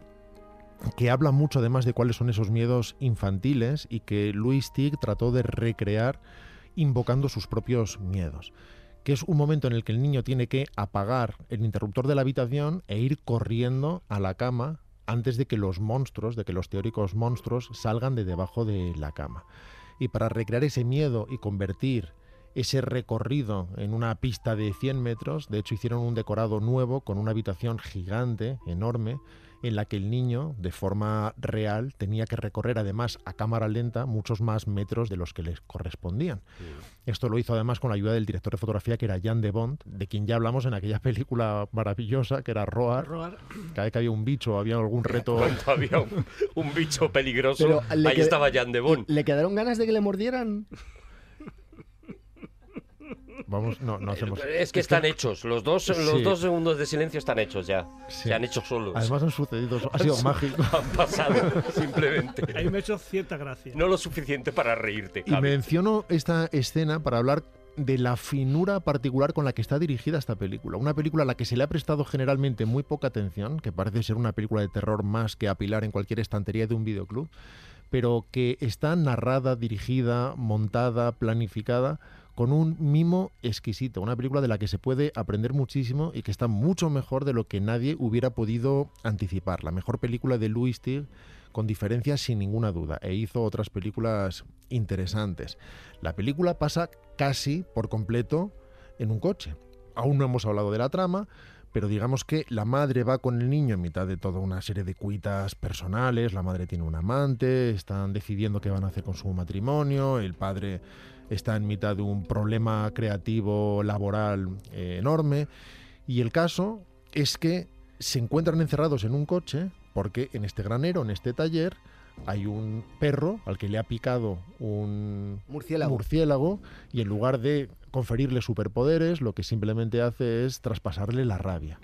que habla mucho además de cuáles son esos miedos infantiles y que Louis Tick trató de recrear invocando sus propios miedos. Que es un momento en el que el niño tiene que apagar el interruptor de la habitación e ir corriendo a la cama antes de que los monstruos, de que los teóricos monstruos salgan de debajo de la cama. Y para recrear ese miedo y convertir ese recorrido en una pista de 100 metros. De hecho, hicieron un decorado nuevo con una habitación gigante, enorme, en la que el niño, de forma real, tenía que recorrer además a cámara lenta muchos más metros de los que les correspondían.
Mm.
Esto lo hizo además con la ayuda del director de fotografía, que era Jan de Bond, de quien ya hablamos en aquella película maravillosa que era Roar.
Roar.
Cada vez que había un bicho o había algún reto.
Cuando había un, un bicho peligroso,
Pero le
ahí
qued-
estaba Jan de Bon.
¿Le quedaron ganas de que le mordieran?
Vamos, no, no hacemos.
Es que están hechos, los dos, los
Sí.
dos segundos de silencio están hechos ya.
Sí.
Se han hecho solos.
Además han sucedido, ha sido mágico.
Han pasado, simplemente.
Ahí me ha hecho cierta gracia.
No lo suficiente para reírte.
Y
Javi.
menciono esta escena para hablar de la finura particular con la que está dirigida esta película. Una película a la que se le ha prestado generalmente muy poca atención, que parece ser una película de terror más que apilar en cualquier estantería de un videoclub, pero que está narrada, dirigida, montada, planificada con un mimo exquisito, una película de la que se puede aprender muchísimo y que está mucho mejor de lo que nadie hubiera podido anticipar. La mejor película de Louis Tick con diferencia sin ninguna duda, e hizo otras películas interesantes. La película pasa casi por completo en un coche. Aún no hemos hablado de la trama, pero digamos que la madre va con el niño en mitad de toda una serie de cuitas personales, la madre tiene un amante, están decidiendo qué van a hacer con su matrimonio, el padre está en mitad de un problema creativo laboral eh, enorme, y el caso es que se encuentran encerrados en un coche porque en este granero, en este taller, hay un perro al que le ha picado un
Murciélago.
murciélago y en lugar de conferirle superpoderes, lo que simplemente hace es traspasarle la rabia.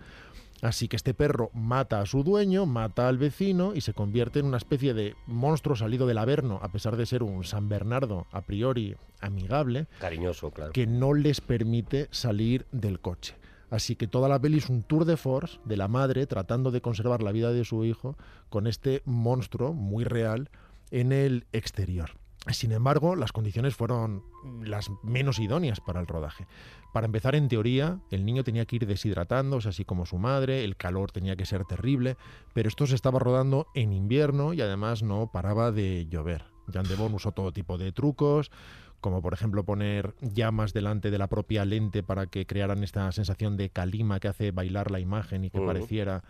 Así que este perro mata a su dueño, mata al vecino y se convierte en una especie de monstruo salido del Averno, a pesar de ser un San Bernardo a priori amigable,
Cariñoso, claro.
que no les permite salir del coche. Así que toda la peli es un tour de force de la madre tratando de conservar la vida de su hijo con este monstruo muy real en el exterior. Sin embargo, las condiciones fueron las menos idóneas para el rodaje. Para empezar, en teoría, el niño tenía que ir deshidratándose, así como su madre, el calor tenía que ser terrible, pero esto se estaba rodando en invierno y además no paraba de llover. Jan de Bon usó todo tipo de trucos, como por ejemplo poner llamas delante de la propia lente para que crearan esta sensación de calima que hace bailar la imagen y que
Ujú.
pareciera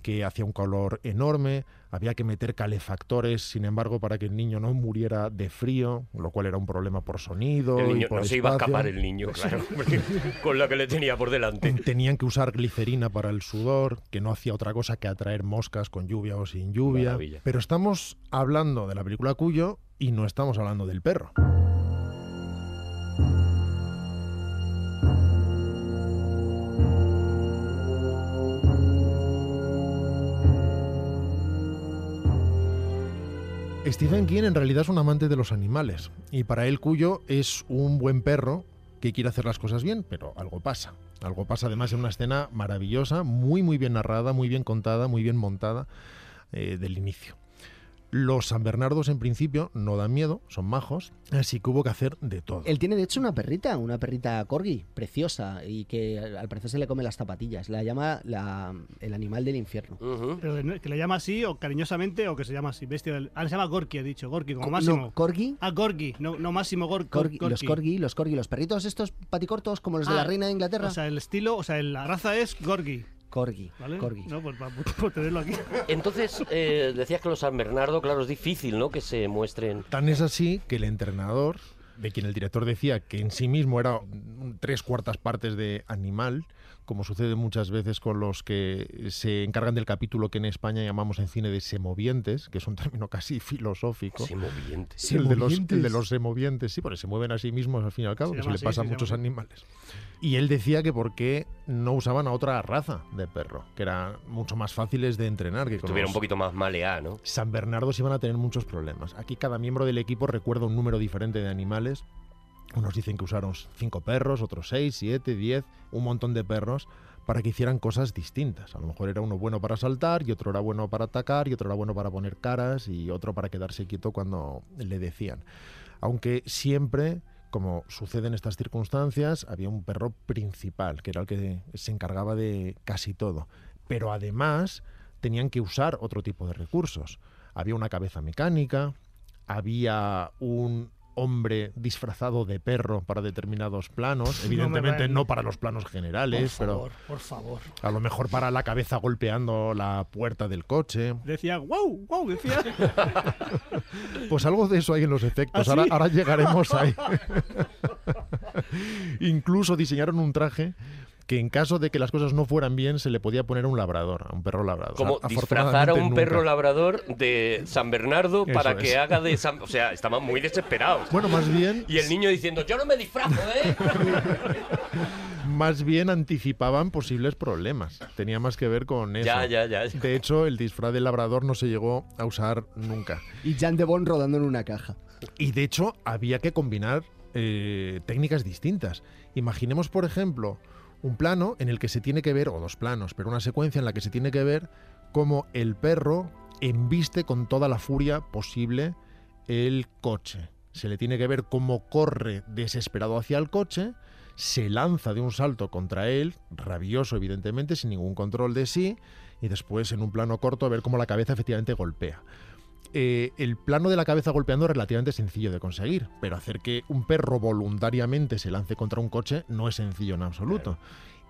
que hacía un calor enorme, había que meter calefactores, sin embargo, para que el niño no muriera de frío, lo cual era un problema por sonido.
El
y
niño,
por
no se iba a
espacio.
escapar el niño, claro, hombre, con la que le tenía por delante.
Tenían que usar glicerina para el sudor, que no hacía otra cosa que atraer moscas con lluvia o sin lluvia.
Maravilla.
Pero estamos hablando de la película Cuyo y no estamos hablando del perro. Stephen King en realidad es un amante de los animales y para él Cuyo es un buen perro que quiere hacer las cosas bien, pero algo pasa. Algo pasa además en una escena maravillosa, muy muy bien narrada, muy bien contada, muy bien montada eh, del inicio. Los San Bernardos en principio no dan miedo, son majos, así que hubo que hacer de todo.
Él tiene de hecho una perrita, una perrita corgi, preciosa, y que al parecer se le come las zapatillas. La llama la- el animal del infierno.
Pero que no- que le llama así, o cariñosamente, o que se llama así, bestia del... Ah, se llama Gorky, he dicho, Gorky, como
Co-
Máximo.
no, ¿Corgi?
Ah, Gorky, no, no Máximo, Gor- Gor-
Corgi- Los corgi, los corgi, los perritos estos paticortos como los de
Ah,
la reina de Inglaterra.
O sea, el estilo, o sea, el- la raza es Gorgi,
corgi,
¿vale?
corgi.
No, por, por- por tenerlo aquí.
Entonces, eh, decías que los San Bernardo, claro, es difícil, ¿no? Que se muestren.
Tan es así que el entrenador, de quien el director decía que en sí mismo era un- tres cuartas partes de animal, como sucede muchas veces con los que se encargan del capítulo que en España llamamos en cine de semovientes, que es un término casi filosófico.
Semovientes.
Sí, El de, los, el de
Semovientes.
los semovientes, sí, porque se mueven a sí mismos al fin y al cabo,
Se
que eso
llama
le
así,
pasa a
se llama
muchos
así.
animales. Y él decía que por qué no usaban a otra raza de perro, que eran mucho más fáciles de entrenar que con
Estuviera
los-
un poquito más maleá, ¿no?
San Bernardos iban a tener muchos problemas. Aquí cada miembro del equipo recuerda un número diferente de animales. Unos dicen que usaron cinco perros, otros seis, siete, diez, un montón de perros para que hicieran cosas distintas. A lo mejor era uno bueno para saltar y otro era bueno para atacar y otro era bueno para poner caras y otro para quedarse quieto cuando le decían. Aunque siempre, como sucede en estas circunstancias, había un perro principal, que era el que se encargaba de casi todo. Pero además tenían que usar otro tipo de recursos. Había una cabeza mecánica, había un hombre disfrazado de perro para determinados planos,
No me
evidentemente
vale.
no para los planos generales,
por
pero
favor, por favor.
a lo mejor para la cabeza golpeando la puerta del coche.
Decía, wow, wow, decía.
Pues algo de eso hay en los efectos.
¿Ah,
ahora,
sí?
ahora llegaremos ahí. Incluso diseñaron un traje que en caso de que las cosas no fueran bien se le podía poner a un labrador, a un perro labrador.
Como
Af-
disfrazar a
afortunadamente,
un
nunca.
perro labrador de San Bernardo
Eso
para
es. Pues
que haga de San... O sea, estaban muy desesperados.
Bueno, más bien,
Y el niño diciendo, yo no me disfrazo, ¿eh?
más bien anticipaban posibles problemas. Tenía más que ver con eso.
Ya, ya, ya.
De hecho, el disfraz del labrador no se llegó a usar nunca.
Y Jan de Bon rodando en una caja.
Y de hecho, había que combinar eh, técnicas distintas. Imaginemos, por ejemplo, un plano en el que se tiene que ver, o dos planos, pero una secuencia en la que se tiene que ver cómo el perro embiste con toda la furia posible el coche. Se le tiene que ver cómo corre desesperado hacia el coche, se lanza de un salto contra él, rabioso evidentemente, sin ningún control de sí, y después en un plano corto ver cómo la cabeza efectivamente golpea eh, el plano de la cabeza golpeando es relativamente sencillo de conseguir, pero hacer que un perro voluntariamente se lance contra un coche no es sencillo en absoluto.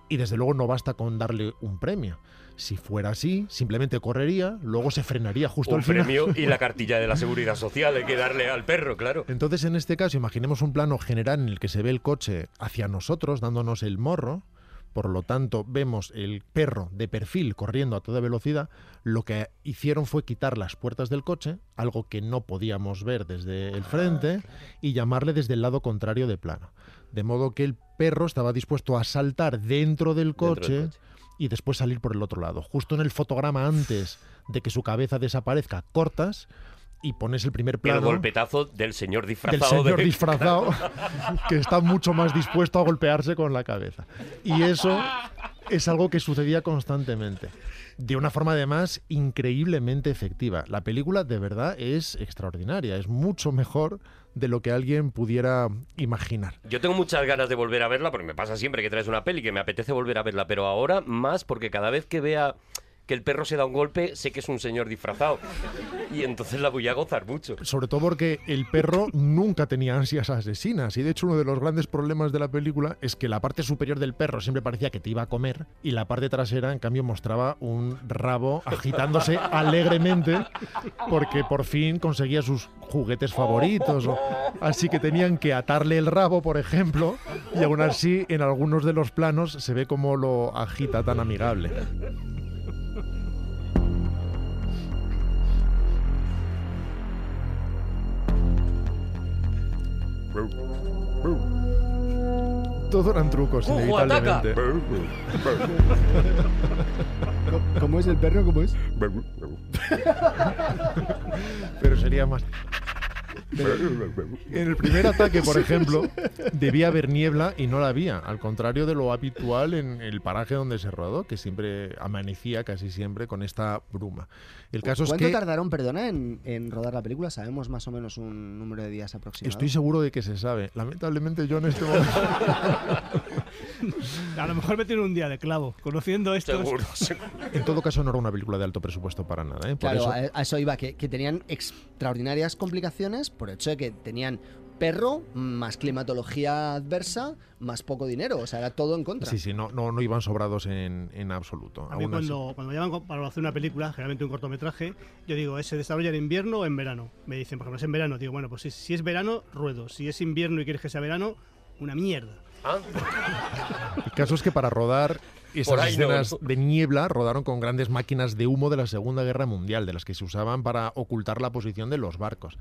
Y desde luego no basta con darle un premio. Si fuera así, simplemente correría, luego se frenaría justo
Un
al final.
premio y la cartilla de la seguridad social hay que darle al perro, claro.
Entonces, en este caso, imaginemos un plano general en el que se ve el coche hacia nosotros, dándonos el morro. Por lo tanto, vemos el perro de perfil corriendo a toda velocidad. Lo que hicieron fue quitar las puertas del coche, algo que no podíamos ver desde el frente, y llamarle desde el lado contrario de plano. De modo que el perro estaba dispuesto a saltar dentro del
Dentro del
coche, y después salir por el otro lado. Justo en el fotograma antes de que su cabeza desaparezca, cortas y pones el primer plano
El golpetazo del señor
del
disfrazado.
señor
de-
disfrazado que está mucho más dispuesto a golpearse con la cabeza. Y eso es algo que sucedía constantemente. De una forma además increíblemente efectiva. La película de verdad es extraordinaria, es mucho mejor de lo que alguien pudiera imaginar.
Yo tengo muchas ganas de volver a verla, porque me pasa siempre que traes una peli que me apetece volver a verla, pero ahora más porque cada vez que vea que el perro se da un golpe, sé que es un señor disfrazado. Y entonces la voy a gozar mucho.
Sobre todo porque el perro nunca tenía ansias asesinas. Y de hecho, uno de los grandes problemas de la película es que la parte superior del perro siempre parecía que te iba a comer. Y la parte trasera, en cambio, mostraba un rabo agitándose alegremente porque por fin conseguía sus juguetes favoritos. o- Así que tenían que atarle el rabo, por ejemplo. Y aún así, en algunos de los planos se ve cómo lo agita tan amigable. Todo eran trucos,
¡Cujo,
inevitablemente.
¿Cómo es el perro? ¿Cómo es?
Pero sería más. En el primer ataque, por ejemplo, debía haber niebla y no la había, al contrario de lo habitual en el paraje donde se rodó, que siempre amanecía casi siempre con esta bruma. El caso es
¿Cuánto
que
tardaron, perdona, en, en rodar la película? ¿Sabemos más o menos un número de días aproximado?
estoy seguro de que se sabe. Lamentablemente yo en este momento
A lo mejor me tiene un día de clavo, conociendo esto.
Seguro,
En todo caso, no era una película de alto presupuesto para nada. ¿eh? Por
Claro,
eso-
a a eso iba, que, que tenían extraordinarias complicaciones por el hecho de que tenían perro, más climatología adversa, más poco dinero. O sea, era todo en contra.
sí, sí, no, no, no iban sobrados en, en absoluto.
A mí
Aún así.
cuando, cuando me llaman co- para hacer una película, generalmente un cortometraje, yo digo, ¿eh, ¿se desarrolla en invierno o en verano? Me dicen, por ejemplo, es en verano. Digo, bueno, pues si, si es verano, ruedo. Si es invierno y quieres que sea verano, una mierda.
El caso es que para rodar
Por
esas
ahí no,
escenas
¿no?
de niebla rodaron con grandes máquinas de humo de la Segunda Guerra Mundial, de las que se usaban para ocultar la posición de los barcos.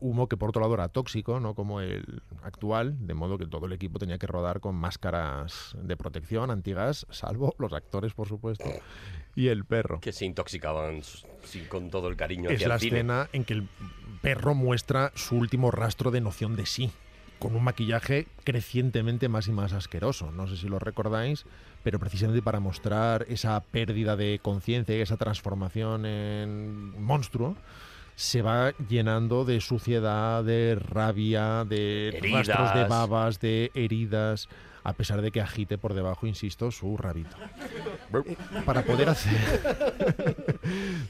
Humo que por otro lado era tóxico, no como el actual, de modo que todo el equipo tenía que rodar con máscaras de protección, antigas, salvo los actores, por supuesto, y el perro.
Que se intoxicaban s- sí, con todo el cariño
Es
hacia
la
el cine.
escena en que el perro muestra su último rastro de noción de sí, con un maquillaje crecientemente más y más asqueroso. No sé si lo recordáis, pero precisamente para mostrar esa pérdida de conciencia y esa transformación en monstruo, se va llenando de suciedad, de rabia, de
Heridas.
rastros de babas, de heridas, a pesar de que agite por debajo, insisto, su rabito. Eh, Para poder hacer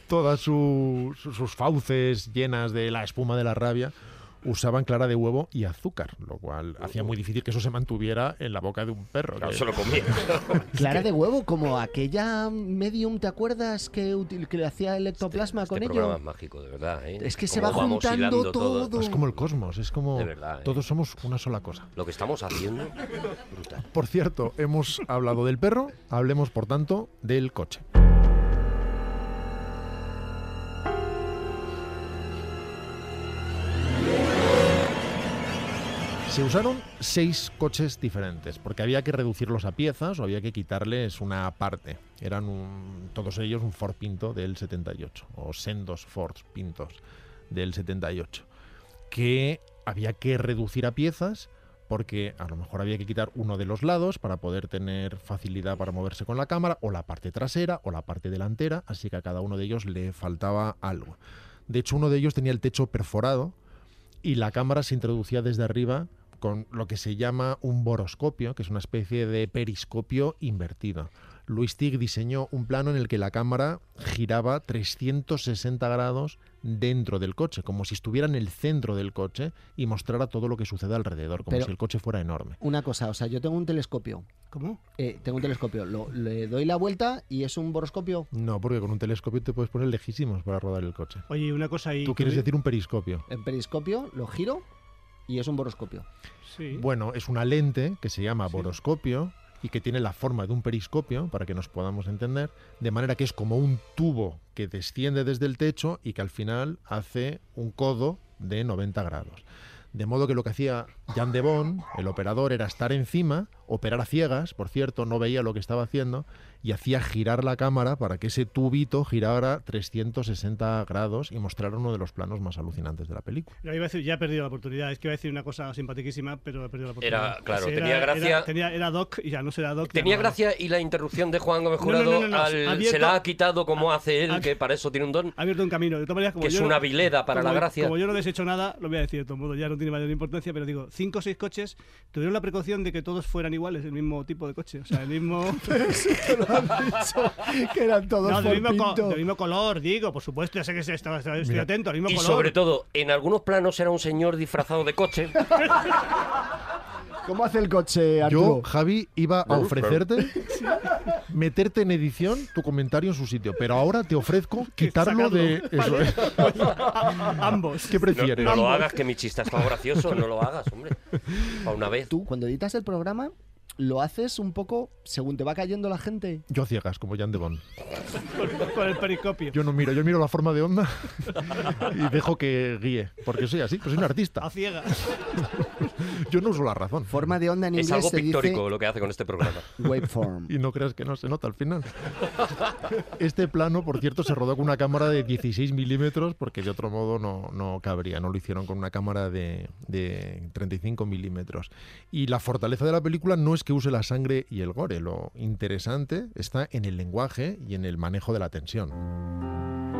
todas su- su- sus fauces llenas de la espuma de la rabia, usaban clara de huevo y azúcar, lo cual hacía muy difícil que eso se mantuviera en la boca de un perro.
Claro,
que-
se lo comía.
Clara de huevo, como aquella medium, ¿te acuerdas que, util- que le hacía el ectoplasma
Este
con
programa
ello?
es mágico, de verdad. ¿eh?
Es que se
Cómo
va
vamos
juntando
hilando
todo.
Es como el cosmos, es como
De verdad, ¿eh?
todos somos una sola cosa.
Lo que estamos haciendo, brutal.
Por cierto, hemos hablado del perro, hablemos por tanto del coche. Se usaron seis coches diferentes, porque había que reducirlos a piezas o había que quitarles una parte. Eran un- todos ellos un Ford Pinto del 78, o sendos Ford Pintos del 78, que había que reducir a piezas porque a lo mejor había que quitar uno de los lados para poder tener facilidad para moverse con la cámara, o la parte trasera, o la parte delantera, así que a cada uno de ellos le faltaba algo. De hecho, uno de ellos tenía el techo perforado, y la cámara se introducía desde arriba con lo que se llama un boroscopio, que es una especie de periscopio invertido. Louis Tig diseñó un plano en el que la cámara giraba 360 grados dentro del coche, como si estuviera en el centro del coche y mostrara todo lo que sucede alrededor, como
Pero-
si el coche fuera enorme.
Una cosa, o sea, yo tengo un telescopio.
¿Cómo?
Eh, tengo un telescopio, lo- le doy la vuelta y es un boroscopio.
No, porque con un telescopio te puedes poner lejísimos para rodar el coche.
Oye, y una cosa y...
Tú quieres decir un periscopio.
El periscopio lo giro y es un boroscopio.
Sí.
Bueno, es una lente que se llama boroscopio y que tiene la forma de un periscopio, para que nos podamos entender, de manera que es como un tubo que desciende desde el techo y que al final hace un codo de 90 grados. De modo que lo que hacía Jan de Bon, el operador, era estar encima, operar a ciegas, por cierto, no veía lo que estaba haciendo, y hacía girar la cámara para que ese tubito girara 360 grados y mostrara uno de los planos más alucinantes de la película.
No, iba a decir- ya he perdido la oportunidad. Es que iba a decir una cosa simpatiquísima, pero he perdido la oportunidad.
Era- claro,
Sí,
tenía gracia-
Era, tenía- era Doc y ya no será Doc. ya
Tenía
no.
gracia y la interrupción de Juan Gómez
No, no,
Jurado
no, no, no,
al- se
abierto-
la ha quitado como hace él,
a-
que para eso tiene un don,
Ha abierto un camino. De todas maneras, como
que es
yo no-
una vileda para la
como-
gracia.
Como yo no les he hecho nada, lo voy a decir de todo modo, ya no tiene mayor importancia, pero digo, cinco o seis coches tuvieron la precaución de que todos fueran iguales, el mismo tipo de coche, o sea, el mismo...
que eran todos
no, del mismo, co-
Pinto.
del mismo color, digo, por supuesto, ya sé que se- estaba- estaba- estoy
Mira.
atento, el mismo
Y
color.
sobre todo, en algunos planos era un señor disfrazado de coche.
¿Cómo hace el coche,
Yo,
Arturo?
Javi, iba a ofrecerte meterte en edición tu comentario en su sitio, pero ahora te ofrezco quitarlo de eso. ¿eh?
Ambos.
¿Qué
No,
prefieres?
no lo hagas, que mi chiste ha estado gracioso, no lo hagas, hombre. Para una vez.
Tú, cuando editas el programa, lo haces un poco según te va cayendo la gente.
Yo a ciegas, como Jan de Bon.
Con el pericopio.
Yo no miro, yo miro la forma de onda y dejo que guíe, porque soy así, pues soy un artista.
A ciega.
Yo no uso la razón.
Forma de onda en
Es
inglés
algo
se
pictórico
dice
lo que hace con este programa.
waveform.
Y no creas que no se nota al final. Este plano, por cierto, se rodó con una cámara de 16 milímetros porque de otro modo no, no cabría. No lo hicieron con una cámara de, de 35 milímetros. Y la fortaleza de la película no es que use la sangre y el gore. Lo interesante está en el lenguaje y en el manejo de la tensión.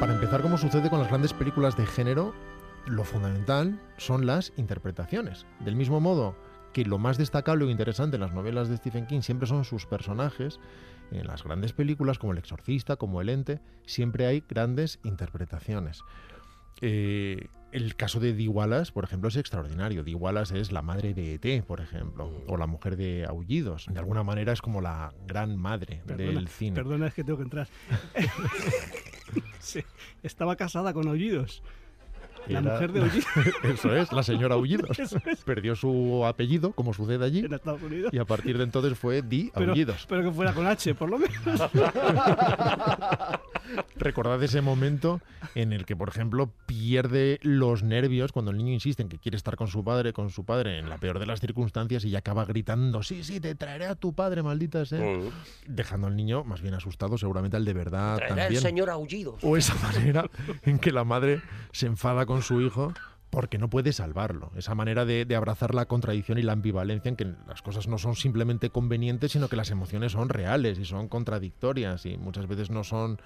Para empezar, como sucede con las grandes películas de género, lo fundamental son las interpretaciones. Del mismo modo que lo más destacable o interesante en las novelas de Stephen King siempre son sus personajes, en las grandes películas como El Exorcista, como El Ente, siempre hay grandes interpretaciones. Eh, el caso de Dee Wallace, por ejemplo, es extraordinario. Dee Wallace es la madre de E.T., por ejemplo, o la mujer de Aullidos. De alguna manera es como la gran madre del cine.
Perdona, es que tengo que entrar. Sí, estaba casada con Aullidos. La
Era-
mujer de Aullidos
Eso es, la señora Aullidos.
Eso es.
Perdió su apellido, como sucede allí,
en Estados Unidos.
y a partir de entonces fue Di
Pero,
Aullidos.
pero que fuera con H, por lo menos.
Recordad ese momento en el que, por ejemplo, pierde los nervios cuando el niño insiste en que quiere estar con su padre, con su padre, en la peor de las circunstancias, y ya acaba gritando, sí, sí, te traeré a tu padre, maldita sea.
Mm.
Dejando al niño más bien asustado, seguramente al de verdad
Traerá el
Ah, también.
señor aullidos.
O esa manera en que la madre se enfada con su hijo porque no puede salvarlo. Esa manera de, de abrazar la contradicción y la ambivalencia en que las cosas no son simplemente convenientes, sino que las emociones son reales y son contradictorias y muchas veces no son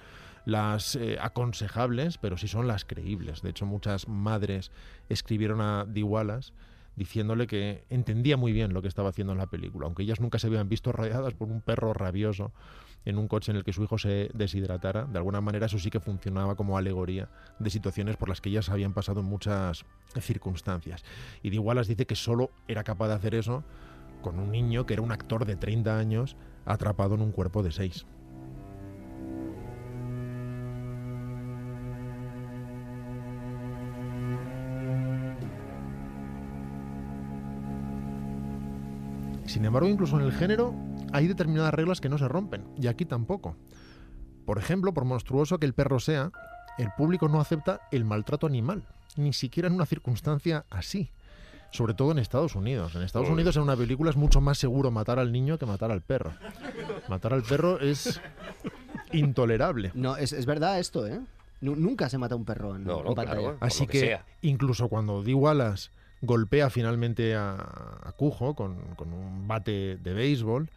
las eh, aconsejables, pero sí son las creíbles. De hecho, muchas madres escribieron a Dee Wallace diciéndole que entendía muy bien lo que estaba haciendo en la película, aunque ellas nunca se habían visto rodeadas por un perro rabioso en un coche en el que su hijo se deshidratara. De alguna manera eso sí que funcionaba como alegoría de situaciones por las que ellas habían pasado en muchas circunstancias. Y de Wallace dice que solo era capaz de hacer eso con un niño que era un actor de 30 años atrapado en un cuerpo de 6. Sin embargo, incluso en el género hay determinadas reglas que no se rompen, y aquí tampoco. Por ejemplo, por monstruoso que el perro sea, el público no acepta el maltrato animal, ni siquiera en una circunstancia así. Sobre todo en Estados Unidos. En Estados Unidos, en una película, es mucho más seguro matar al niño que matar al perro. Matar al perro es intolerable.
No, es, es verdad esto, ¿eh? Nu- nunca se mata un perro en,
No, no,
en pantalla.
claro. por
¿eh? Así
lo que
que,
sea.
incluso cuando Dee Wallace golpea finalmente a, a Cujo con, con un bate de béisbol,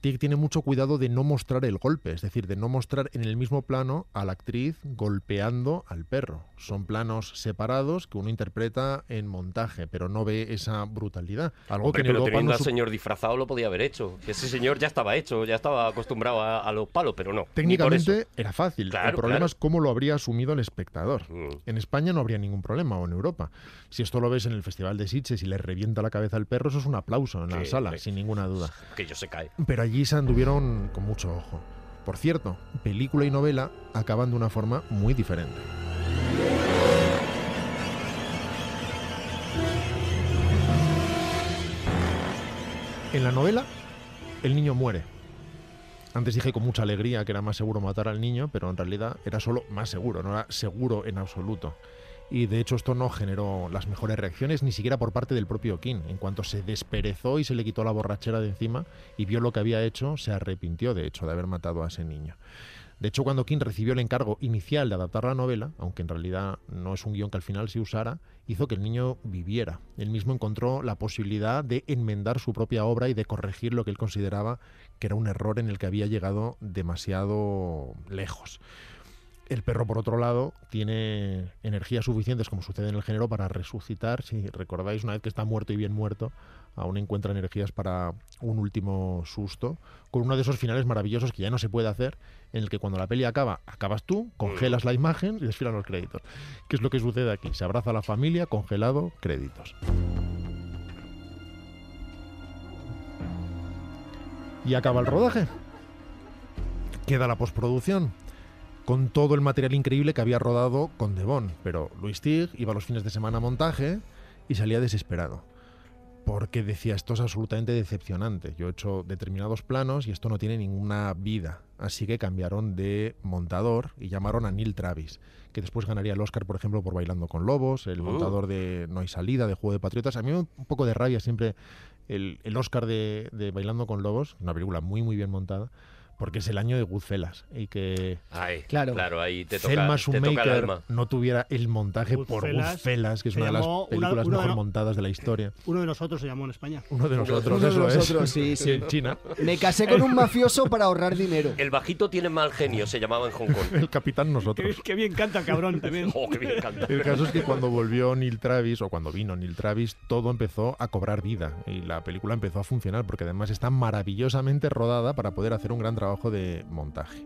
Tick tiene mucho cuidado de no mostrar el golpe, es decir, de no mostrar en el mismo plano a la actriz golpeando al perro. Son planos separados que uno interpreta en montaje, pero no ve esa brutalidad. Algo
Hombre,
que en
pero
Europa
teniendo
no
al
su-
señor disfrazado lo podía haber hecho. Ese señor ya estaba hecho, ya estaba acostumbrado a, a los palos, pero no. ni por eso.
Técnicamente era fácil. el
Claro,
problema
claro.
es cómo lo habría asumido el espectador.
Mm.
En España no habría ningún problema, o en Europa. Si esto lo ves en el Festival de Sitges y le revienta la cabeza al perro, eso es un aplauso en la
Sí,
sala,
hombre.
sin ninguna duda.
Que yo se cae.
Pero allí se anduvieron con mucho ojo. Por cierto, película y novela acaban de una forma muy diferente. En la novela, el niño muere. Antes dije con mucha alegría que era más seguro matar al niño, pero en realidad era solo más seguro, no era seguro en absoluto. Y de hecho esto no generó las mejores reacciones ni siquiera por parte del propio King. En cuanto se desperezó y se le quitó la borrachera de encima y vio lo que había hecho, se arrepintió de hecho de haber matado a ese niño. De hecho, cuando King recibió el encargo inicial de adaptar la novela, aunque en realidad no es un guión que al final se usara, hizo que el niño viviera. Él mismo encontró la posibilidad de enmendar su propia obra y de corregir lo que él consideraba que era un error en el que había llegado demasiado lejos. El perro, por otro lado, tiene energías suficientes, como sucede en el género, para resucitar. Si recordáis, una vez que está muerto y bien muerto, aún encuentra energías para un último susto, con uno de esos finales maravillosos que ya no se puede hacer, en el que cuando la peli acaba, acabas tú, congelas la imagen y desfilan los créditos. ¿Qué es lo que sucede aquí? Se abraza a la familia, congelado, créditos. Y acaba el rodaje. Queda la postproducción con todo el material increíble que había rodado con Devon. Pero Luis Tig iba los fines de semana a montaje y salía desesperado. Porque decía, esto es absolutamente decepcionante. Yo he hecho determinados planos y esto no tiene ninguna vida. Así que cambiaron de montador y llamaron a Neil Travis, que después ganaría el Oscar, por ejemplo, por Bailando con Lobos, el
Oh.
montador de No hay salida, de Juego de Patriotas. A mí me da un poco de rabia siempre el, el Oscar de, de Bailando con Lobos, una película muy, muy bien montada, porque es el año de Goodfellas y que
Ay,
Claro.
claro. ahí te toca,
Selma
te toca el
Shoemaker
alma.
no tuviera el montaje por
Goodfellas.
Goodfellas, que es
Se
una de las
llamó una-
películas
uno de
mejor
no-
montadas de la historia.
Uno de nosotros se llamó en España.
Uno de nosotros,
Uno de
eso
nosotros,
es.
sí, sí.
En China.
Me casé con un mafioso para ahorrar dinero.
El bajito tiene mal genio, se llamaba en Hong Kong.
El capitán nosotros.
Qué bien canta, cabrón, también.
oh, qué bien canta.
El caso es que cuando volvió Neil Travis, o cuando vino Neil Travis, todo empezó a cobrar vida y la película empezó a funcionar, porque además está maravillosamente rodada para poder hacer un gran trabajo de montaje.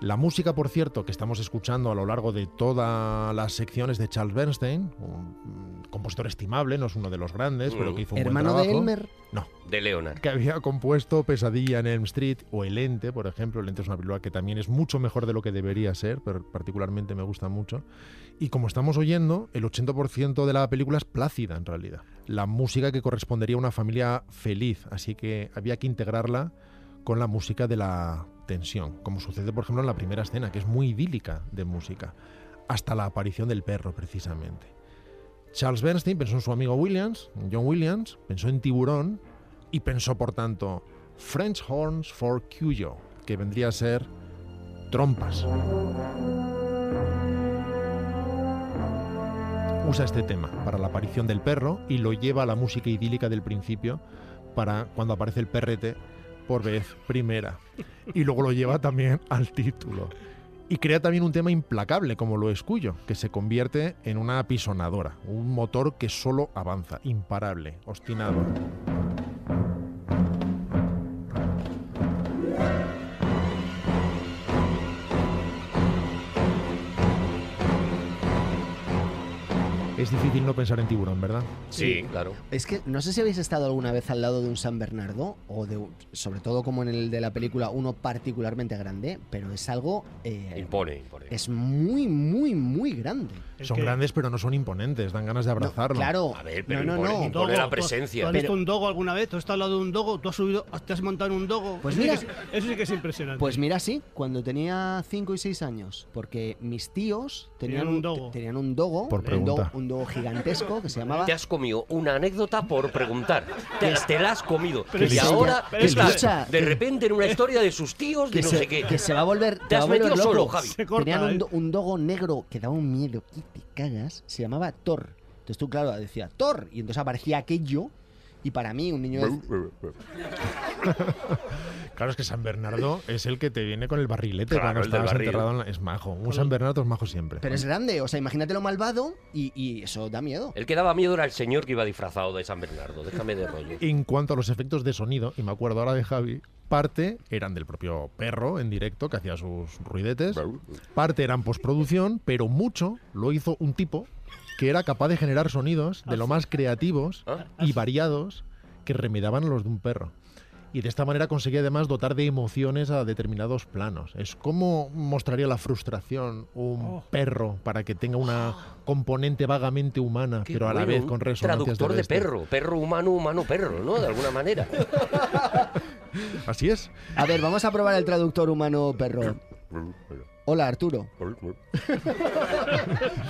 La música, por cierto, que estamos escuchando a lo largo de todas las secciones de Charles Bernstein, un mm, compositor estimable, no es uno de los grandes, pero que hizo un buen
Hermano de
trabajo.
Elmer.
No,
De Leonard.
que había compuesto Pesadilla en Elm Street o El Ente, por ejemplo. El Ente es una película que también es mucho mejor de lo que debería ser, pero particularmente me gusta mucho. Y como estamos oyendo, el 80% de la película es plácida en realidad. La música que correspondería a una familia feliz, así que había que integrarla con la música de la tensión, como sucede por ejemplo en la primera escena, que es muy idílica de música, hasta la aparición del perro precisamente. Charles Bernstein pensó en su amigo Williams, John Williams, pensó en Tiburón y pensó, por tanto, French Horns for Cuyo, que vendría a ser trompas. Usa este tema para la aparición del perro y lo lleva a la música idílica del principio para cuando aparece el perrete por vez primera. Y luego lo lleva también al título. Y crea también un tema implacable como lo es Cuyo, que se convierte en una apisonadora, un motor que solo avanza, imparable, obstinado. Es difícil no pensar en tiburón, ¿verdad?
Sí, claro.
Es que no sé si habéis estado alguna vez al lado de un San Bernardo, o de, un- sobre todo como en el de la película, uno particularmente grande, pero es algo. eh,
Impone, impone.
es muy, muy, muy grande.
Son grandes, pero no son imponentes, dan ganas de abrazarlo.
Claro.
A ver, pero
no, no,
impone-
no.
impone la
¿Tú
presencia.
has visto un dogo alguna vez? ¿Tú has estado al lado de un dogo? ¿Tú has subido? ¿Te has montado en un dogo?
Pues
Eso sí
mira.
que es- eso sí que es impresionante.
eh.
Pues mira, sí, cuando tenía 5 y 6 años, porque mis tíos tenían,
Tenían un
un
dogo.
tenían un dogo,
Por
un dogo,
pregunta.
un dogo gigantesco que se llamaba
Te has comido una anécdota por preguntar. Te, te la has comido.
Pero
y
sí,
ahora
pero
estás
escucha,
de
que-
repente en una historia de sus tíos, de
que
no
se,
sé qué.
que se va a volver.
Te
va a
has
volver
metido
loco.
solo, Javi. Se
corta,
Tenían
¿eh?
un, do- un dogo negro que daba un miedo que te cagas. Se llamaba Thor. Entonces tú, claro, decía Thor. Y entonces aparecía aquello. Y para mí, un niño de.
Claro, es que San Bernardo es el que te viene con el barrilete
Claro,
cuando
el del
estabas
barril.
enterrado. en la- Es majo. Un San Bernardo es majo siempre.
Pero es grande. O sea, imagínate lo malvado. Y, y eso da miedo.
El que daba miedo era el señor que iba disfrazado de San Bernardo. Déjame de rollo.
En cuanto a los efectos de sonido, y me acuerdo ahora de Javi, parte eran del propio perro en directo que hacía sus ruidetes, parte eran postproducción, pero mucho lo hizo un tipo que era capaz de generar sonidos de lo más creativos
¿Ah?
y variados que remedaban a los de un perro. Y de esta manera conseguía además dotar de emociones a determinados planos. Es como mostraría la frustración un
Oh.
perro para que tenga una componente vagamente humana,
Qué
pero a la
bueno,
vez
un
con resonancias
Traductor de
bestia.
perro. Perro humano, humano perro, ¿no? De alguna manera.
Así es.
A ver, vamos a probar el traductor humano perro. Hola, Arturo.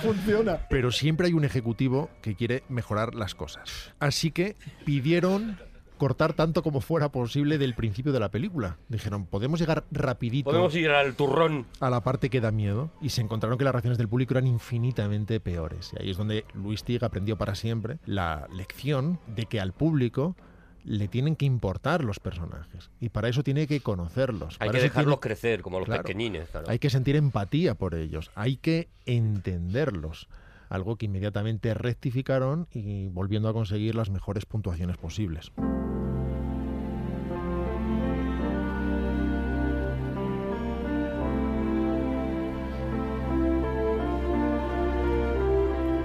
Funciona.
pero siempre hay un ejecutivo que quiere mejorar las cosas. Así que pidieron cortar tanto como fuera posible del principio de la película. Dijeron, podemos llegar rapidito
Podemos ir al turrón.
a la parte que da miedo y se encontraron que las reacciones del público eran infinitamente peores. Y ahí es donde Luis Tig aprendió para siempre la lección de que al público le tienen que importar los personajes y para eso tiene que conocerlos.
Hay
Para
que
eso tiene-
dejarlos crecer, como a los
Claro.
pequeñines. claro.
hay que sentir empatía por ellos, hay que entenderlos. Algo que inmediatamente rectificaron y volviendo a conseguir las mejores puntuaciones posibles.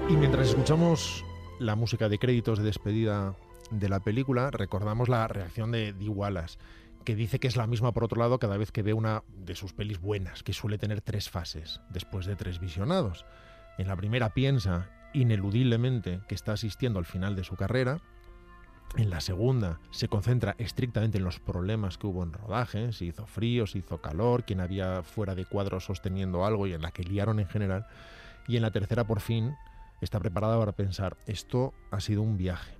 Y mientras escuchamos la música de créditos de despedida de la película, recordamos la reacción de Dee Wallace, que dice que es la misma por otro lado cada vez que ve una de sus pelis buenas, que suele tener tres fases, después de tres visionados. En la primera piensa ineludiblemente que está asistiendo al final de su carrera, en la segunda se concentra estrictamente en los problemas que hubo en rodaje, si hizo frío, si hizo calor, quién había fuera de cuadro sosteniendo algo y en la que liaron en general. Y en la tercera por fin está preparada para pensar, esto ha sido un viaje.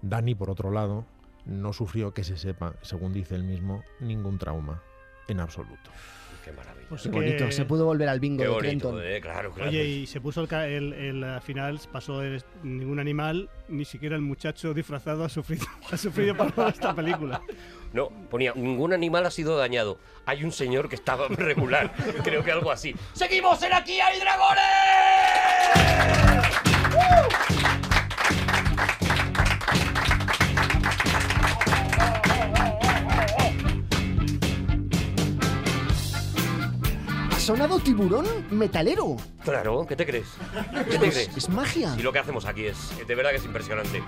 Dani, por otro lado, no sufrió que se sepa, según dice él mismo, ningún trauma en absoluto.
Qué maravilla.
Qué bonito, se pudo volver al bingo
Qué
de
bonito,
Trenton.
eh, claro, claro.
Pues Oye, y se puso el, ca- el, el- al final, pasó el- ningún animal, ni siquiera el muchacho disfrazado ha sufrido, ha sufrido para esta película.
No, ponía, ningún animal ha sido dañado. Hay un señor que estaba regular. Creo que algo así. ¡Seguimos en Aquí hay dragones!
¿Ha sonado tiburón metalero?
Claro, ¿qué te crees? ¿Qué te crees?
Es magia.
Y lo que hacemos aquí es, eh, de verdad que es impresionante.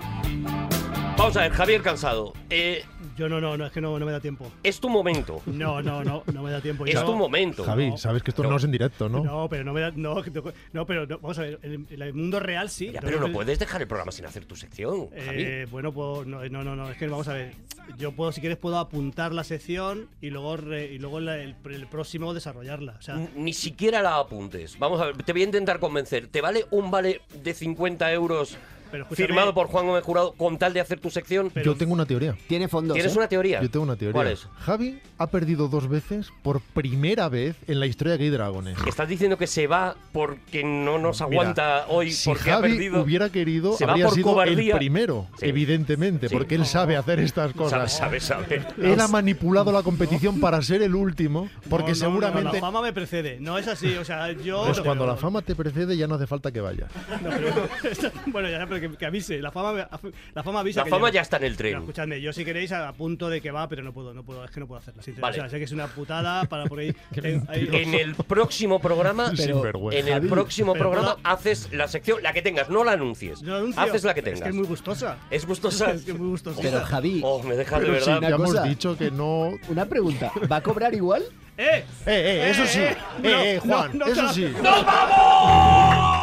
Vamos a ver, Javier Cansado, eh,
Yo no, no, no, es que no, no me da tiempo.
es tu momento.
No, no, no, no me da tiempo.
Es
Yo-
tu momento.
Javi, sabes que esto no, es en directo, ¿no?
No, pero no me da. No, que te- no, pero no, vamos a ver, en el, mundo real sí.
Ya, pero no puedes dejar el programa sin hacer tu sección, Javi.
Eh, bueno, pues no, no, no, no, es que vamos a ver. Yo puedo, si quieres, puedo apuntar la sección y luego, re- y luego la- el, el próximo desarrollarla. O sea,
N- Ni siquiera la apuntes. Vamos a ver, te voy a intentar convencer. ¿Te vale un vale de 50 euros
Pero escúchame.
firmado por Juan Gómez Jurado con tal de hacer tu sección?
Yo tengo una teoría.
Tiene fondos.
¿Tienes
¿eh?
una teoría?
Yo tengo una teoría.
¿Cuál es?
Javi ha perdido dos veces por primera vez en la historia que hay dragones.
Estás diciendo que se va porque no nos
Mira,
aguanta hoy,
si
porque ha
Javi
perdido.
hubiera querido,
se va
habría
por
sido
cobardía.
el primero,
Sí.
evidentemente,
Sí.
porque él sabe hacer estas
Sabe,
cosas.
sabe, sabe.
Él ha manipulado la competición para ser el último,
no,
porque
no, no,
seguramente
la fama me precede. No es así, o sea, yo.
pues
no,
cuando
pero-
la fama te precede ya no hace falta que vayas.
no, pero- bueno, ya, pero que, que avise. La fama, me- la fama avisa.
La
que
fama
llega.
ya está en el
Pero
tren.
escuchadme, yo si queréis a, a punto de que va, pero no puedo, no puedo, es que no puedo hacerlo. sinceramente.
Vale.
O sea, sé que es una putada para por ahí. tengo- ahí-
En el próximo programa,
Sin vergüenza.
en el
Javi,
próximo
pero
programa haces la sección, la que tengas, no la anuncies.
Yo lo anuncio.
Haces la que
Es que
tengas.
es muy gustosa.
Es gustosa.
Es que es muy gustosa.
Pero Javi,
Oh, me dejas de
Pero sí,
verdad.
ya hemos
cosa.
dicho que no.
una pregunta. ¿Va a cobrar igual?
¡Eh!
Eh, eh, eso sí. Eh,
no,
eh, Juan,
no, no,
eso
no.
sí.
¡Nos vamos!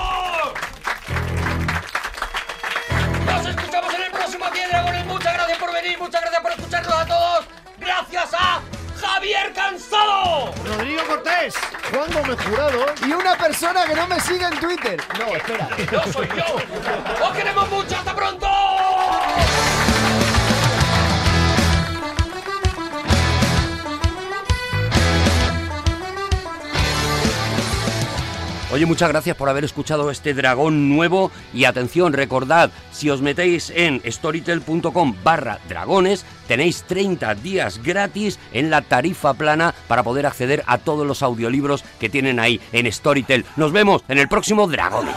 Nos escuchamos en el próximo Aquí hay Dragones. Muchas gracias por venir, muchas gracias por escucharnos a todos. Gracias a Javier Cansado.
Rodrigo Cortés.
Juan Gómez Jurado.
Y una persona que no me sigue en Twitter. No, espera.
No soy yo. Os queremos mucho. Hasta pronto.
Oye, muchas gracias por haber escuchado este dragón nuevo y atención, recordad, si os metéis en storytel.com barra dragones, tenéis 30 días gratis en la tarifa plana para poder acceder a todos los audiolibros que tienen ahí en Storytel. Nos vemos en el próximo Dragones.